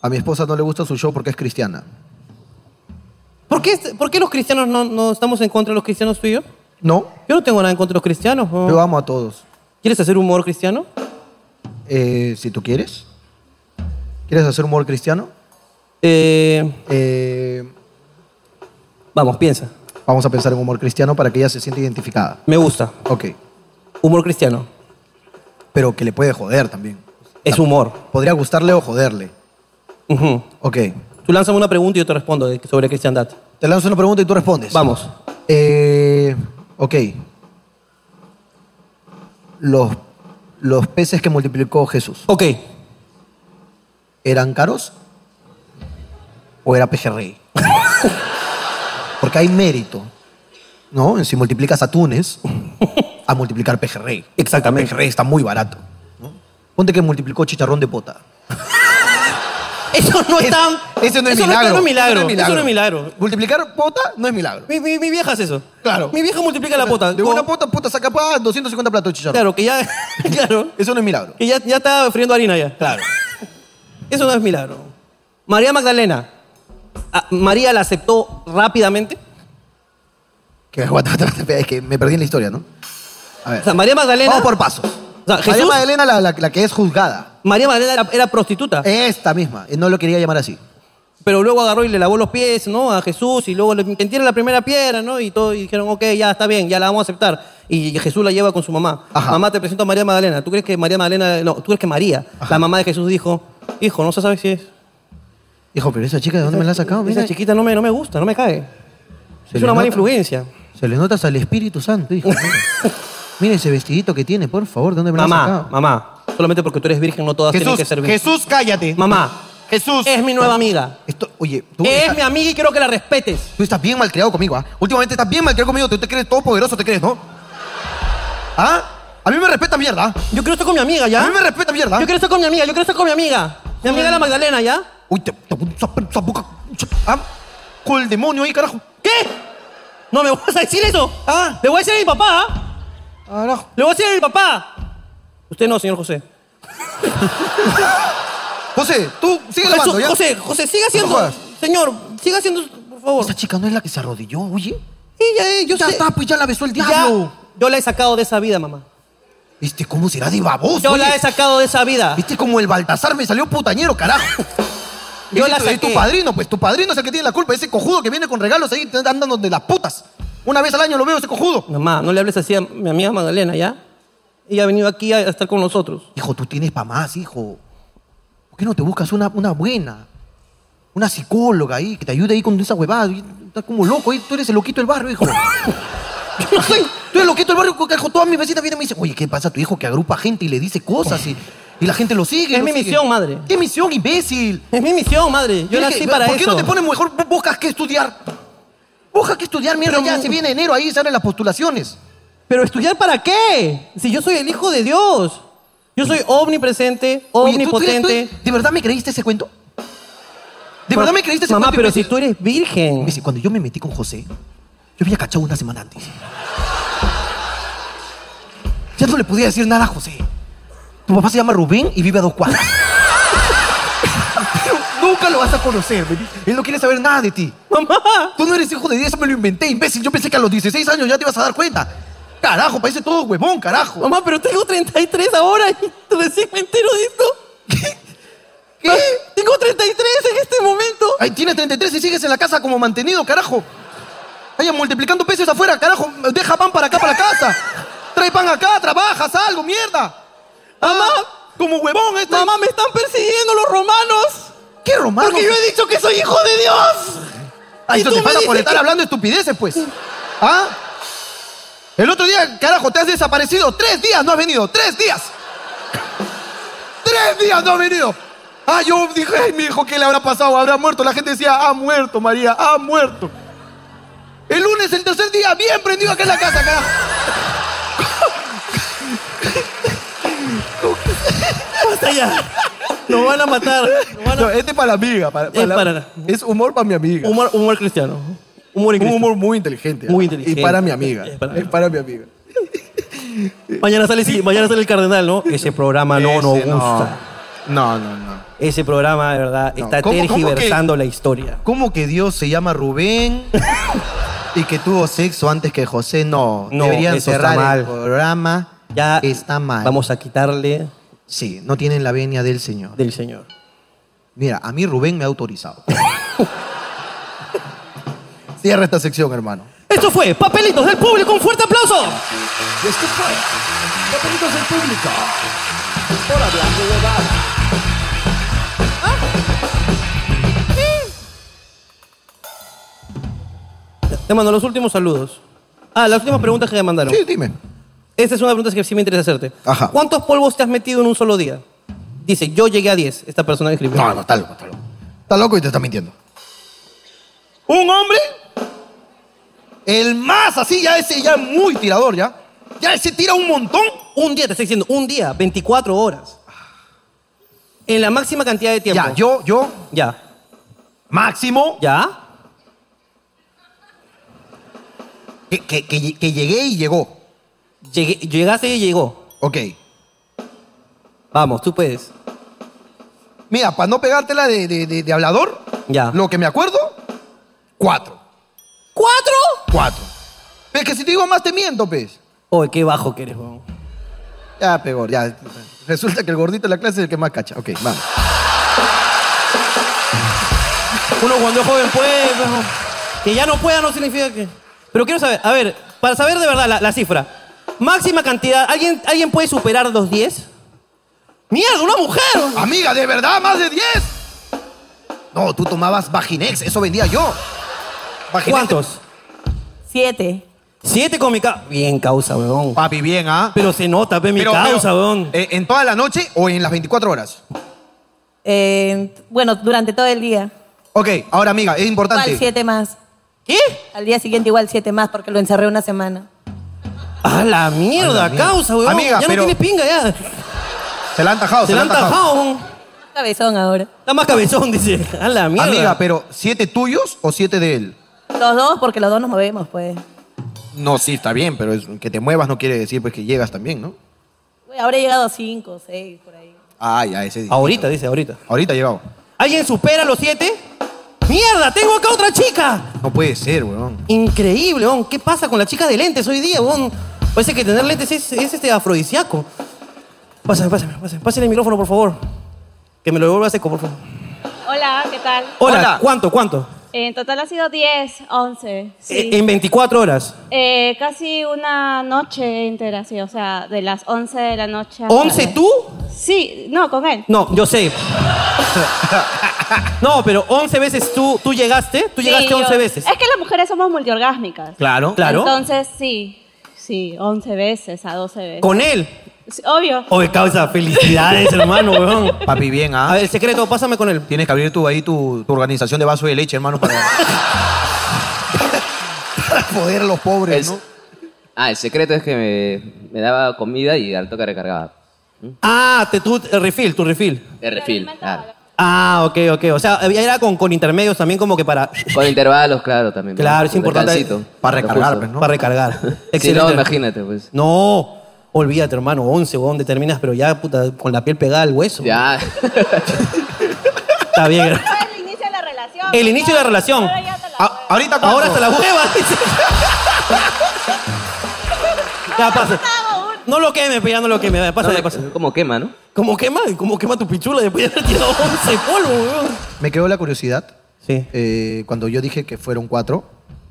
Speaker 2: A mi esposa no le gusta su show porque es cristiana.
Speaker 1: ¿Por qué, por qué los cristianos no, no estamos en contra de los cristianos tú y yo?
Speaker 2: No.
Speaker 1: Yo no tengo nada en contra de los cristianos. weón.
Speaker 2: Yo amo a todos.
Speaker 1: ¿Quieres hacer humor cristiano?
Speaker 2: eh, si tú quieres. ¿Quieres hacer humor cristiano?
Speaker 1: Eh,
Speaker 2: Eh,
Speaker 1: vamos, piensa.
Speaker 2: Vamos a pensar en humor cristiano para que ella se sienta identificada.
Speaker 1: Me gusta.
Speaker 2: Ok.
Speaker 1: Humor cristiano.
Speaker 2: Pero que le puede joder también.
Speaker 1: Es humor.
Speaker 2: Podría gustarle o joderle. Ok.
Speaker 1: Tú lánzame una pregunta y yo te respondo de- sobre cristiandad.
Speaker 2: Te lanzo una pregunta y tú respondes.
Speaker 1: Vamos.
Speaker 2: Eh, ok. Los, los peces que multiplicó Jesús.
Speaker 1: Ok.
Speaker 2: ¿Eran caros? ¿O era pejerrey? Porque hay mérito, ¿no? Si multiplicas atunes, a multiplicar pejerrey. Exactamente. Pejerrey está muy barato. ¿no? Ponte que multiplicó chicharrón de pota.
Speaker 1: Eso no es tan.
Speaker 2: Ese no es
Speaker 1: eso
Speaker 2: milagro.
Speaker 1: No, es milagro.
Speaker 2: Eso no es
Speaker 1: Eso no
Speaker 2: milagro.
Speaker 1: es milagro.
Speaker 2: Multiplicar pota no es milagro.
Speaker 1: Mi, mi- mi vieja hace eso.
Speaker 2: Claro.
Speaker 1: Mi vieja multiplica la pota.
Speaker 2: De una pota, pota saca pa, 250 platos de chicharrón.
Speaker 1: Claro, que ya. claro.
Speaker 2: Eso no es milagro.
Speaker 1: Que ya, ya está friendo harina ya.
Speaker 2: Claro.
Speaker 1: Eso no es milagro. María Magdalena. ah, María la aceptó rápidamente.
Speaker 2: Que, aguanta, aguanta, aguanta, es que me perdí en la historia, ¿no? A ver.
Speaker 1: O sea, María Magdalena.
Speaker 2: Vamos por pasos. María
Speaker 1: sea, Ah, Jesús-
Speaker 2: Magdalena, la, la- la que es juzgada.
Speaker 1: María Magdalena era, era prostituta.
Speaker 2: Esta misma. No lo quería llamar así.
Speaker 1: Pero luego agarró y le lavó los pies, ¿no? A Jesús y luego le que entierre la primera piedra, ¿no? Y todo y dijeron, ok, ya está bien, ya la vamos a aceptar. Y Jesús la lleva con su mamá. Mamá, te presento a María Magdalena. ¿Tú crees que María Magdalena, no, tú crees que María, la mamá de Jesús dijo, hijo, no se sabe si es.
Speaker 2: Hijo, pero esa chica, ¿de dónde me la has sacado? Mira,
Speaker 1: Esa chiquita no me, no me gusta, no me cae.
Speaker 2: Se
Speaker 1: Es
Speaker 2: le
Speaker 1: una mala
Speaker 2: nota.
Speaker 1: influencia.
Speaker 2: se le notas al Espíritu Santo, hijo. Mira. Mira ese vestidito que tiene, por favor, ¿de dónde me lo has
Speaker 1: Mamá,
Speaker 2: sacado?
Speaker 1: mamá, solamente porque tú eres virgen no todas tienen que ser virgen.
Speaker 2: cállate.
Speaker 1: Mamá.
Speaker 2: Jesús.
Speaker 1: Es mi nueva amiga.
Speaker 2: Esto, oye, tú.
Speaker 1: Es
Speaker 2: estás-
Speaker 1: mi amiga y quiero que la respetes.
Speaker 2: Tú estás bien malcriado conmigo, ¿ah? Últimamente estás bien malcriado conmigo. Tú te crees todopoderoso, te crees, ¿no? ¿Ah? A mí me respeta mierda. ¿ah?
Speaker 1: Yo quiero estar con mi amiga, ¿ya?
Speaker 2: A mí me respeta mierda.
Speaker 1: Yo quiero estar con mi amiga, yo quiero estar con mi amiga. Mi amiga la Magdalena, ¿ya?
Speaker 2: Uy, te, te esa per- esa boca. esa- ah, Con el demonio ahí, carajo.
Speaker 1: ¿Qué? No me vas a decir eso.
Speaker 2: Ah.
Speaker 1: Le voy a decir a mi papá. ¿ah? Le voy a decir a mi papá. Usted no, señor José.
Speaker 2: José, tú sigue
Speaker 1: José,
Speaker 2: lavando, ¿ya?
Speaker 1: José, José, siga
Speaker 2: No
Speaker 1: haciendo.
Speaker 2: jodas.
Speaker 1: señor, siga haciendo, por favor.
Speaker 2: Esa chica no es la que se arrodilló, oye.
Speaker 1: Ella, eh, yo
Speaker 2: Ya
Speaker 1: sé-
Speaker 2: está, pues ya la besó el
Speaker 1: Ya,
Speaker 2: diablo.
Speaker 1: yo la he sacado de esa vida, mamá.
Speaker 2: ¿Viste cómo será de baboso?
Speaker 1: Yo la
Speaker 2: oye?
Speaker 1: he sacado de esa vida.
Speaker 2: ¿Viste cómo el Baltasar me salió putañero, carajo?
Speaker 1: Yo
Speaker 2: Ese
Speaker 1: la
Speaker 2: tu- Es tu
Speaker 1: saqué.
Speaker 2: padrino, pues tu padrino es el que tiene la culpa. Ese cojudo que viene con regalos ahí te andan donde las putas. Una vez al año lo veo ese cojudo.
Speaker 1: Mamá, no le hables así a mi amiga Magdalena, ¿ya? Ella ha venido aquí a a estar con nosotros.
Speaker 2: Hijo, tú tienes para más, hijo. ¿Por qué no te buscas una, una buena? Una psicóloga ahí, que te ayude ahí con esa huevada. oye, Estás como loco, ahí, tú eres el loquito del barrio, hijo. Yo no soy. Tú eres el loquito del barrio, co- carajo. Todas mis vecinas vienen y me dicen, oye, ¿qué pasa a tu hijo que agrupa gente y le dice cosas y, y la gente lo sigue?
Speaker 1: Es
Speaker 2: lo
Speaker 1: mi
Speaker 2: sigue?
Speaker 1: misión, madre.
Speaker 2: ¿Qué misión, imbécil?
Speaker 1: Es mi misión, madre. Yo
Speaker 2: Tienes
Speaker 1: nací
Speaker 2: que-
Speaker 1: para
Speaker 2: ¿Por qué
Speaker 1: eso.
Speaker 2: no te pones mejor? bu- Buscas que estudiar. Buscas que estudiar, mierda,
Speaker 1: Pero
Speaker 2: ya
Speaker 1: mi-
Speaker 2: se viene enero, ahí se abren las postulaciones.
Speaker 1: Pero estudiar para qué? Si yo soy el hijo de Dios. Yo soy omnipresente,
Speaker 2: Oye, ¿tú- tú- tú-
Speaker 1: omnipotente.
Speaker 2: ¿De verdad me creíste ese cuento? ¿De
Speaker 1: Pero-
Speaker 2: verdad me creíste ese
Speaker 1: Mamá,
Speaker 2: cuento?
Speaker 1: pero si tú eres virgen.
Speaker 2: Dice, cuando yo me metí con José, yo había cachado una semana antes. Ya no le podía decir nada a José. Tu papá se llama Rubén y vive a dos cuadras. Pero nunca lo vas a conocer, baby. Él no quiere saber nada de ti.
Speaker 1: Mamá.
Speaker 2: Tú no eres hijo de Dios, eso me lo inventé, imbécil. Yo pensé que a los 16 años ya te ibas a dar cuenta. Carajo, parece todo huevón, carajo.
Speaker 1: Mamá, pero tengo 33 ahora y recién me entero de esto.
Speaker 2: ¿Qué?
Speaker 1: Tengo 33 en este momento.
Speaker 2: Ahí tienes 33 y sigues en la casa como mantenido, carajo. Vaya multiplicando peces afuera, carajo. Deja pan para acá, para la casa. Trae pan acá, trabajas algo, mierda.
Speaker 1: Mamá.
Speaker 2: Como huevón, este.
Speaker 1: Mamá, me están persiguiendo los romanos.
Speaker 2: ¿Qué romano?
Speaker 1: Porque yo he dicho que soy hijo de Dios.
Speaker 2: Ahí
Speaker 1: Y
Speaker 2: tú
Speaker 1: tú
Speaker 2: Ah, te
Speaker 1: me
Speaker 2: pasa por
Speaker 1: dices
Speaker 2: estar
Speaker 1: que-
Speaker 2: hablando estupideces, pues. ¿Ah? El otro día, carajo, te has desaparecido. Tres días no has venido. Tres días. Tres días no has venido. Ah, yo dije, ay, mi hijo, ¿qué le habrá pasado? ¿Habrá muerto? La gente decía, ha muerto, María, ha muerto. El lunes, el tercer día, bien prendido acá en la casa, carajo.
Speaker 1: Hasta allá. Nos van a matar. Nos van a-
Speaker 2: No, este es para la amiga. Para, para
Speaker 1: Es
Speaker 2: la-
Speaker 1: para-
Speaker 2: es humor para mi amiga.
Speaker 1: Humor, humor cristiano. Humor en
Speaker 2: Un
Speaker 1: Cristo.
Speaker 2: humor muy inteligente. ¿ah?
Speaker 1: Muy inteligente.
Speaker 2: Y para mi amiga.
Speaker 1: Es
Speaker 2: Es
Speaker 1: para-
Speaker 2: para, mi amiga.
Speaker 1: Mañana sale, sí, mañana sale el cardenal, ¿no? Ese programa no nos
Speaker 2: Ese no.
Speaker 1: gusta.
Speaker 2: No, no, no.
Speaker 1: Ese programa, de verdad, está
Speaker 2: ¿Cómo- cómo que-
Speaker 1: tergiversando la historia.
Speaker 2: ¿Cómo que Dios se llama Rubén y que tuvo sexo antes que José? No,
Speaker 1: No,
Speaker 2: deberían
Speaker 1: eso está
Speaker 2: cerrar
Speaker 1: mal.
Speaker 2: el programa.
Speaker 1: Ya
Speaker 2: Está mal.
Speaker 1: vamos a quitarle
Speaker 23: Sí, no tienen la venia del Señor.
Speaker 1: Del Señor.
Speaker 23: Mira, a mí Rubén me ha autorizado. Cierra esta sección, hermano.
Speaker 1: Esto fue Papelitos del Público. Un fuerte aplauso.
Speaker 3: Esto fue Papelitos del Público. Por hablando de
Speaker 1: Te mando los últimos saludos. Ah, las últimas preguntas que me mandaron. Sí, dime. Esta es una pregunta que sí me interesa hacerte. Ajá. ¿Cuántos polvos te has metido en un solo día? Dice, yo llegué a 10. Esta persona que escribió. No, no, está loco, está loco.
Speaker 2: Está loco y te está mintiendo.
Speaker 23: Un hombre,
Speaker 2: el más así, ya ese ya muy tirador, ya.
Speaker 1: Ya se tira un montón. Un día, te estoy diciendo, un día, 24 horas. En la máxima cantidad de tiempo. Ya,
Speaker 2: yo, yo.
Speaker 1: Ya.
Speaker 2: Máximo.
Speaker 1: Ya.
Speaker 2: Que, que- que- que llegué y llegó.
Speaker 1: llegaste y llegó.
Speaker 2: Ok.
Speaker 1: Vamos, tú puedes.
Speaker 2: Mira, para no pegártela de, de- de- de hablador,
Speaker 1: ya.
Speaker 2: lo que me acuerdo, cuatro.
Speaker 1: ¿Cuatro?
Speaker 2: Cuatro. Pero es que si te digo más te miento, pez.
Speaker 1: Oye, Oh, qué bajo que eres, weón.
Speaker 2: Ya, peor, ya. Resulta que el gordito de la clase es el que más cacha. Ok, vamos.
Speaker 1: Uno cuando es joven puede, pero que ya no pueda no significa que... Pero quiero saber, a ver, para saber de verdad la, la cifra. Máxima cantidad, ¿alguien, ¿alguien puede superar los 10? ¡Mierda, una mujer!
Speaker 2: Amiga, ¿de verdad más de 10? No, tú tomabas Vaginex, eso vendía yo.
Speaker 1: ¿Cuántos?
Speaker 4: Siete.
Speaker 1: Siete con mi causa. Bien, causa, weón.
Speaker 2: Papi, bien, ¿ah?
Speaker 1: Pero se nota, pe, mi
Speaker 2: Pero-
Speaker 1: causa,
Speaker 2: pero,
Speaker 1: weón.
Speaker 2: eh, ¿En toda la noche o en las 24 horas?
Speaker 4: Eh, bueno, durante todo el día.
Speaker 2: Ok, ahora, amiga, es importante.
Speaker 4: Igual siete más.
Speaker 1: ¿Qué?
Speaker 4: Al día siguiente igual siete más porque lo encerré una semana.
Speaker 1: A la mierda,
Speaker 2: A la mierda.
Speaker 1: causa, weón.
Speaker 2: Amiga,
Speaker 1: ya
Speaker 2: pero-
Speaker 1: no tiene pinga, ya.
Speaker 2: Se la han tajado,
Speaker 1: Se la han tajado, weón.
Speaker 4: Cabezón ahora.
Speaker 1: Está más cabezón, dice. A la mierda.
Speaker 2: Amiga, pero ¿siete tuyos o siete de él?
Speaker 4: Los dos porque los dos nos movemos, pues.
Speaker 2: No, sí, está bien, pero es- que te muevas no quiere decir pues que llegas también, ¿no?
Speaker 4: Uy, habrá llegado a cinco, seis, por ahí.
Speaker 2: Ah, ya, ese día.
Speaker 1: Ahorita, dice, ahorita.
Speaker 2: Ahorita llegado.
Speaker 1: ¿Alguien supera los siete? ¡Mierda, tengo acá otra chica!
Speaker 2: No puede ser, weón.
Speaker 1: Increíble, weón. ¿Qué pasa con la chica de lentes hoy día, weón? Parece que tener lentes es, es este afrodisíaco. Pásame, pásame, pásame. Pásale el micrófono, por favor. Que me lo devuelva seco, por favor.
Speaker 5: Hola, ¿qué tal?
Speaker 1: Hola, ¿cuánto, cuánto?
Speaker 5: En total ha sido 10, 11. sí.
Speaker 1: E- En 24 horas.
Speaker 5: Eh, casi una noche entera, sí, o sea, de las 11 de la noche. a
Speaker 1: ¿11
Speaker 5: las-
Speaker 1: tú?
Speaker 5: Sí, no, con él.
Speaker 1: No, yo sé. No, pero 11 veces tú, tú llegaste. Tú llegaste
Speaker 5: Sí,
Speaker 1: 11
Speaker 5: yo-
Speaker 1: veces.
Speaker 5: Es que las mujeres somos multiorgásmicas.
Speaker 1: Claro, claro.
Speaker 5: Entonces, sí, sí, 11 veces a 12 veces.
Speaker 1: ¿Con él?
Speaker 5: Sí, Obvio.
Speaker 1: Oye, Oh, causa, felicidades, hermano, weón.
Speaker 2: Papi, bien, ¿ah? A
Speaker 1: ver, el secreto, pásame con él.
Speaker 2: Tienes que abrir tu, ahí tu, tu organización de vaso de leche, hermano, para. para poder los pobres, ¿no?
Speaker 11: Ah, el secreto es que me, me daba comida y al toque recargaba.
Speaker 1: Ah, te, tú, el refill, tu refill.
Speaker 11: De refil, claro.
Speaker 1: Ah, ok, ok. O sea, era con, con intermedios también como que para...
Speaker 11: Con intervalos, claro, también.
Speaker 1: Claro, es
Speaker 11: Con
Speaker 1: importante.
Speaker 11: descansito.
Speaker 1: Para recargar,
Speaker 11: Justo.
Speaker 1: pues, ¿no? Para recargar.
Speaker 11: Si no,
Speaker 1: Excelente.
Speaker 11: imagínate, pues.
Speaker 1: No, olvídate, hermano. 11, o donde terminas, pero ya, puta, con la piel pegada al hueso.
Speaker 11: Ya.
Speaker 1: Está bien. El inicio de la relación. El inicio de la relación.
Speaker 2: ahorita
Speaker 1: Ahora hasta la hueva. dice. ya, pasa. No lo queme, pues ya no lo queme. Dale, Pásale, pásale.
Speaker 11: Como quema, ¿no?
Speaker 1: ¿Cómo quema? ¿Cómo quema tu pichula después de haber tirado 11 polvos, weón?
Speaker 2: Me quedó la curiosidad. eh,
Speaker 1: Sí.
Speaker 2: cuando yo dije que fueron cuatro,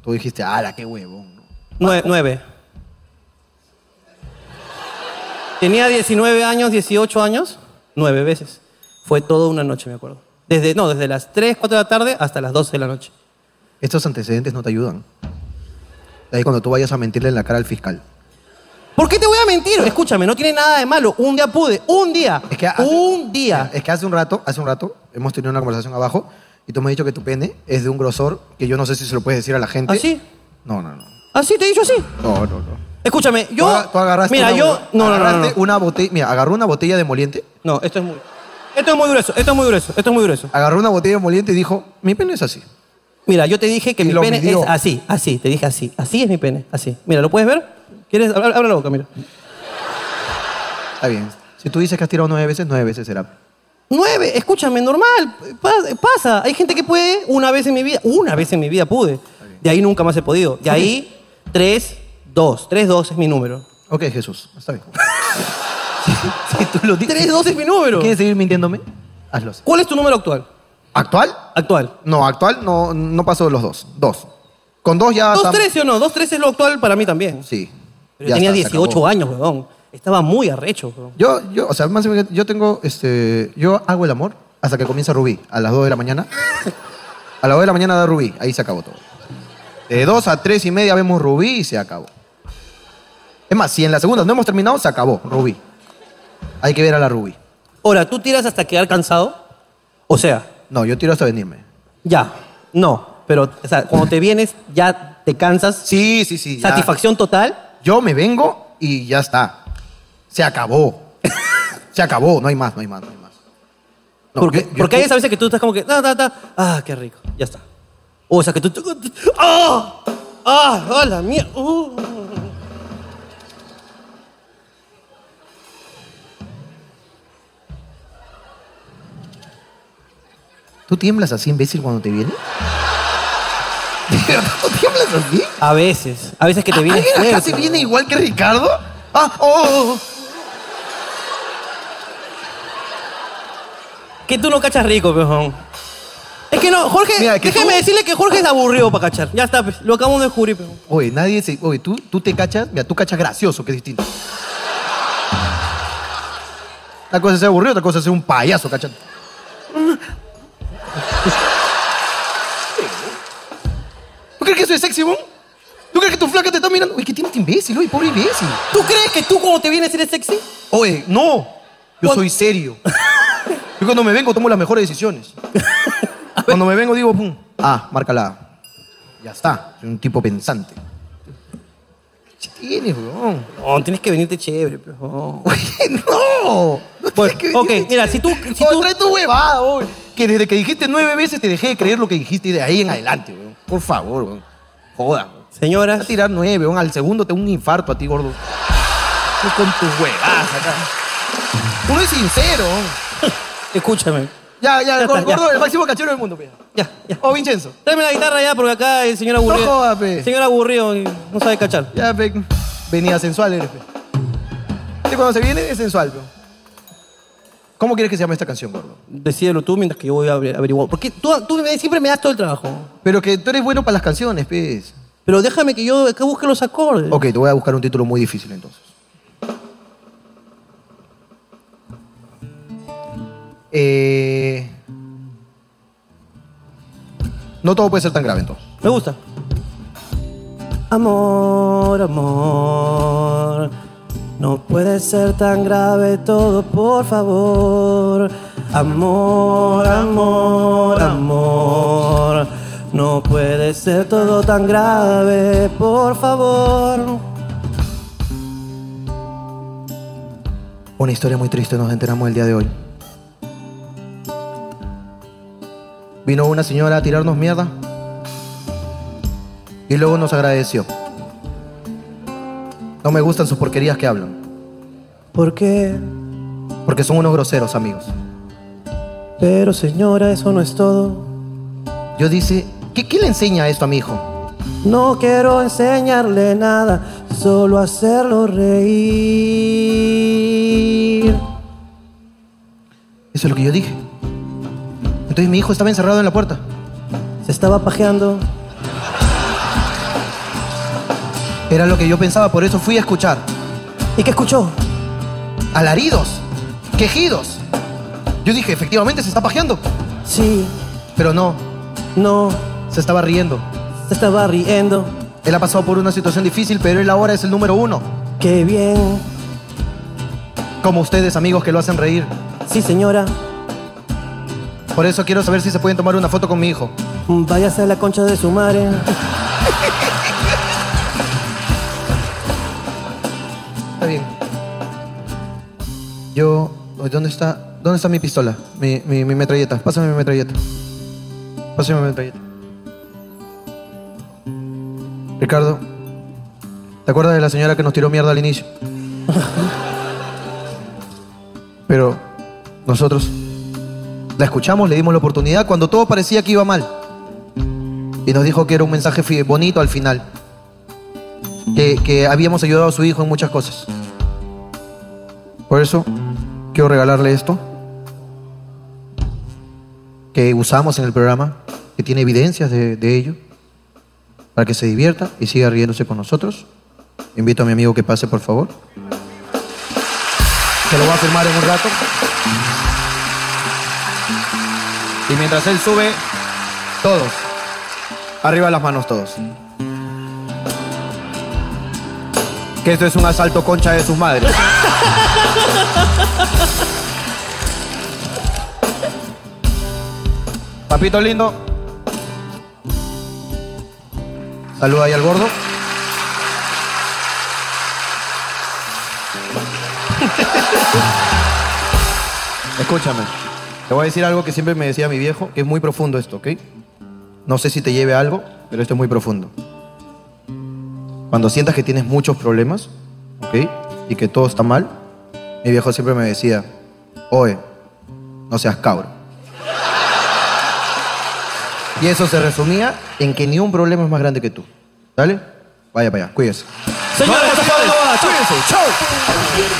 Speaker 2: tú dijiste, ¡ala, qué huevón!
Speaker 1: Nue- nueve. Tenía 19 años, 18 años, nueve veces. Fue toda una noche, me acuerdo. Desde, no, desde las 3, 4 de la tarde hasta las 12 de la noche.
Speaker 2: Estos antecedentes no te ayudan. De ahí cuando tú vayas a mentirle en la cara al fiscal.
Speaker 1: ¿Por qué te voy a mentir? Escúchame, no tiene nada de malo. Un día pude, un día.
Speaker 2: Es que hace, un día. Es que hace un rato, hace un rato, hemos tenido una conversación abajo y tú me has dicho que tu pene es de un grosor que yo no sé si se lo puedes decir a la gente.
Speaker 1: ¿Ah, sí?
Speaker 2: No, no, no.
Speaker 1: Así te he dicho así.
Speaker 2: No, no, no.
Speaker 1: Escúchame, yo.
Speaker 2: Tú aga- tú agarraste
Speaker 1: Mira,
Speaker 2: una
Speaker 1: yo.
Speaker 2: bo-
Speaker 1: No, no, no, no,
Speaker 2: agarraste
Speaker 1: no.
Speaker 2: una botella. Mira, agarró una botella de moliente.
Speaker 1: No, esto es muy. Esto es muy grueso, esto es muy grueso, esto es muy grueso.
Speaker 2: Agarró una botella de moliente y dijo, mi pene es así.
Speaker 1: Mira, yo te dije que
Speaker 2: Y
Speaker 1: mi
Speaker 2: lo
Speaker 1: pene
Speaker 2: midió.
Speaker 1: es así, así, te dije así. Así es mi pene, así. Mira, ¿lo puedes ver? ¿Quieres? Abre abre la boca, mira.
Speaker 2: Está bien. Si tú dices que has tirado nueve veces, nueve veces será.
Speaker 1: Nueve, escúchame, normal, pa- pasa. Hay gente que puede una vez en mi vida, una vez en mi vida pude. De ahí nunca más he podido. De ahí, tres, dos. Tres, dos es mi número.
Speaker 2: Ok, Jesús, está bien.
Speaker 3: 312 es mi número.
Speaker 24: ¿Quieres seguir mintiéndome? Hazlo.
Speaker 3: ¿Cuál es tu número actual?
Speaker 2: ¿Actual?
Speaker 3: Actual.
Speaker 2: No, actual no, no pasó de los dos. Dos. Con dos ya. estamos-
Speaker 1: 2.13 o no, 2.13 es lo actual para mí también.
Speaker 2: Sí.
Speaker 1: Pero
Speaker 2: Ya
Speaker 1: tenía
Speaker 2: está, se
Speaker 1: 18
Speaker 2: acabó.
Speaker 1: años, weón. Estaba muy arrecho, weón.
Speaker 2: Yo, yo, o sea, más o menos, yo tengo, este, yo hago el amor hasta que comienza Rubí, a las 2 de la mañana. A las 2 de la mañana da Rubí, ahí se acabó todo. De 2 a 3 y media vemos Rubí y se acabó. Es más, si en la segunda no hemos terminado, se acabó Rubí. Hay que ver a la Rubí.
Speaker 1: Ahora, ¿tú tiras hasta quedar cansado? O sea.
Speaker 2: No, yo tiro hasta venirme.
Speaker 1: Ya, no. Pero, o sea, cuando te vienes, ya te cansas.
Speaker 2: Sí, sí, sí. ya.
Speaker 1: Satisfacción total.
Speaker 2: Yo me vengo y ya está. Se acabó. se acabó, no hay más, no hay más, no hay más. No,
Speaker 1: porque
Speaker 2: yo- yo-
Speaker 1: porque hay esas veces que tú estás como que. "Ta, ta, ta". Ah, qué rico. Ya está. O sea, que tú. ¡Ah! ¡Ah! ¡Ah, la mierda! Uh.
Speaker 2: ¿Tú tiemblas así, imbécil, cuando te viene? ¿Tú tiemblas así?
Speaker 1: A veces. A veces que te vienes.
Speaker 2: Ah, ¿Alguien acá
Speaker 1: fuerte,
Speaker 2: se
Speaker 1: weón.
Speaker 2: viene igual que Ricardo? Ah, oh,
Speaker 1: Que tú no cachas rico, pejón. Es que no, Jorge, déjeme decirle que Jorge es aburrido para cachar. Ya está, pues, lo acabamos de descubrir, pejón.
Speaker 2: oh. Oye, nadie se. Oye, tú, tú te cachas. Mira, tú cachas gracioso, que es distinto. Una cosa es ser aburrido, otra cosa es ser un payaso, cachando. ¿Tú crees que eso es sexy, bon? ¿Tú crees que tu flaca te está mirando? Oye, ¿qué tienes de imbécil, oye, pobre imbécil?
Speaker 1: ¿Tú crees que tú cuando te vienes eres sexy?
Speaker 2: Oye, no. Yo soy serio. Yo cuando me vengo tomo las mejores decisiones. Cuando me vengo digo, pum, ah, márcala. Ya está. Soy un tipo pensante. ¿Qué tienes, weón?
Speaker 1: No, tienes que venirte chévere, pejón.
Speaker 2: ¡No!
Speaker 1: Bueno, ok, mira, si tú. Si
Speaker 2: Oh,
Speaker 1: tú
Speaker 2: trae tu huevada, weón. Que desde que dijiste nueve veces te dejé de creer lo que dijiste y de ahí en adelante, weón. Por favor, weón. Joda, weón.
Speaker 1: Señora.
Speaker 2: a tirar nueve, weón. Al segundo te da un infarto a ti, gordo. Tú con tus huevadas acá. Uno es sincero.
Speaker 1: Escúchame.
Speaker 2: Ya, ya,
Speaker 1: está,
Speaker 2: gordo,
Speaker 1: ya.
Speaker 2: gordo, el máximo cachero del mundo, pues. pe.
Speaker 1: Ya,
Speaker 2: ya. O Vincenzo.
Speaker 1: Tráeme la guitarra ya, porque acá el señor aburrido.
Speaker 2: No joda, pe.
Speaker 1: Señor aburrido, eh, no sabe cachar.
Speaker 2: Ya, pe. Venía sensual eres, pe. Este cuando se viene es sensual, pe. ¿Cómo quieres que se llame esta canción, gordo?
Speaker 1: Decídelo tú mientras que yo voy a aver- averiguar. Porque tú, tú me- siempre me das todo el trabajo.
Speaker 2: Pero que tú eres bueno para las canciones, pe.
Speaker 1: Pero déjame que yo que busque los acordes.
Speaker 2: Ok, te voy a buscar un título muy difícil entonces. Eh, No todo puede ser tan grave entonces.
Speaker 1: Me gusta. Amor, amor. No puede ser tan grave todo, por favor. Amor, amor, amor. No puede ser todo tan grave, por favor.
Speaker 2: Una historia muy triste nos enteramos el día de hoy. Vino una señora a tirarnos mierda y luego nos agradeció. No me gustan sus porquerías que hablan,
Speaker 1: ¿Por qué?
Speaker 2: porque son unos groseros amigos.
Speaker 1: Pero señora, eso no es todo.
Speaker 2: Yo dice, ¿qué, qué le enseña esto a mi hijo?
Speaker 1: No quiero enseñarle nada, solo hacerlo reír.
Speaker 2: Eso es lo que yo dije. Entonces mi hijo estaba encerrado en la puerta.
Speaker 1: Se estaba pajeando.
Speaker 2: Era lo que yo pensaba, por eso fui a escuchar.
Speaker 1: ¿Y qué escuchó?
Speaker 2: Alaridos, quejidos. Yo dije, efectivamente se está pajeando.
Speaker 1: Sí.
Speaker 2: Pero no.
Speaker 1: No.
Speaker 2: Se estaba riendo.
Speaker 1: Se estaba riendo.
Speaker 2: Él ha pasado por una situación difícil, pero él ahora es el número uno.
Speaker 1: Qué bien.
Speaker 2: Como ustedes, amigos, que lo hacen reír.
Speaker 1: Sí, señora.
Speaker 2: Por eso quiero saber si se pueden tomar una foto con mi hijo.
Speaker 1: Váyase a la concha de su madre.
Speaker 2: Está bien. Yo. oye, ¿Dónde está? ¿Dónde está mi pistola? Mi, mi, mi metralleta. Pásame mi metralleta. Pásame mi metralleta. Ricardo, ¿te acuerdas de la señora que nos tiró mierda al inicio? Pero nosotros la escuchamos, le dimos la oportunidad cuando todo parecía que iba mal. Y nos dijo que era un mensaje fi- bonito al final. Que, que habíamos ayudado a su hijo en muchas cosas.
Speaker 7: Por eso, quiero regalarle esto que usamos en el programa, que tiene evidencias de, de ello, para que se divierta y siga riéndose con nosotros. Invito a mi amigo que pase, por favor. Se lo voy a firmar en un rato.
Speaker 2: Y mientras él sube, todos. Arriba las manos todos. Que esto es un asalto concha de sus madres. Papito lindo.
Speaker 7: Saluda ahí al gordo.
Speaker 2: Escúchame. Te voy a decir algo que siempre me decía mi viejo, que es muy profundo esto, ¿ok? No sé si te lleve a algo, pero esto es muy profundo. Cuando sientas que tienes muchos problemas, ¿ok? Y que todo está mal, mi viejo siempre me decía, oe, no seas cabro. Y eso se resumía en que ni un problema es más grande que tú. ¿Vale? Vaya para allá, cuídese.
Speaker 3: Señores,
Speaker 2: Vamos,
Speaker 3: señores,
Speaker 2: cuídense, chao.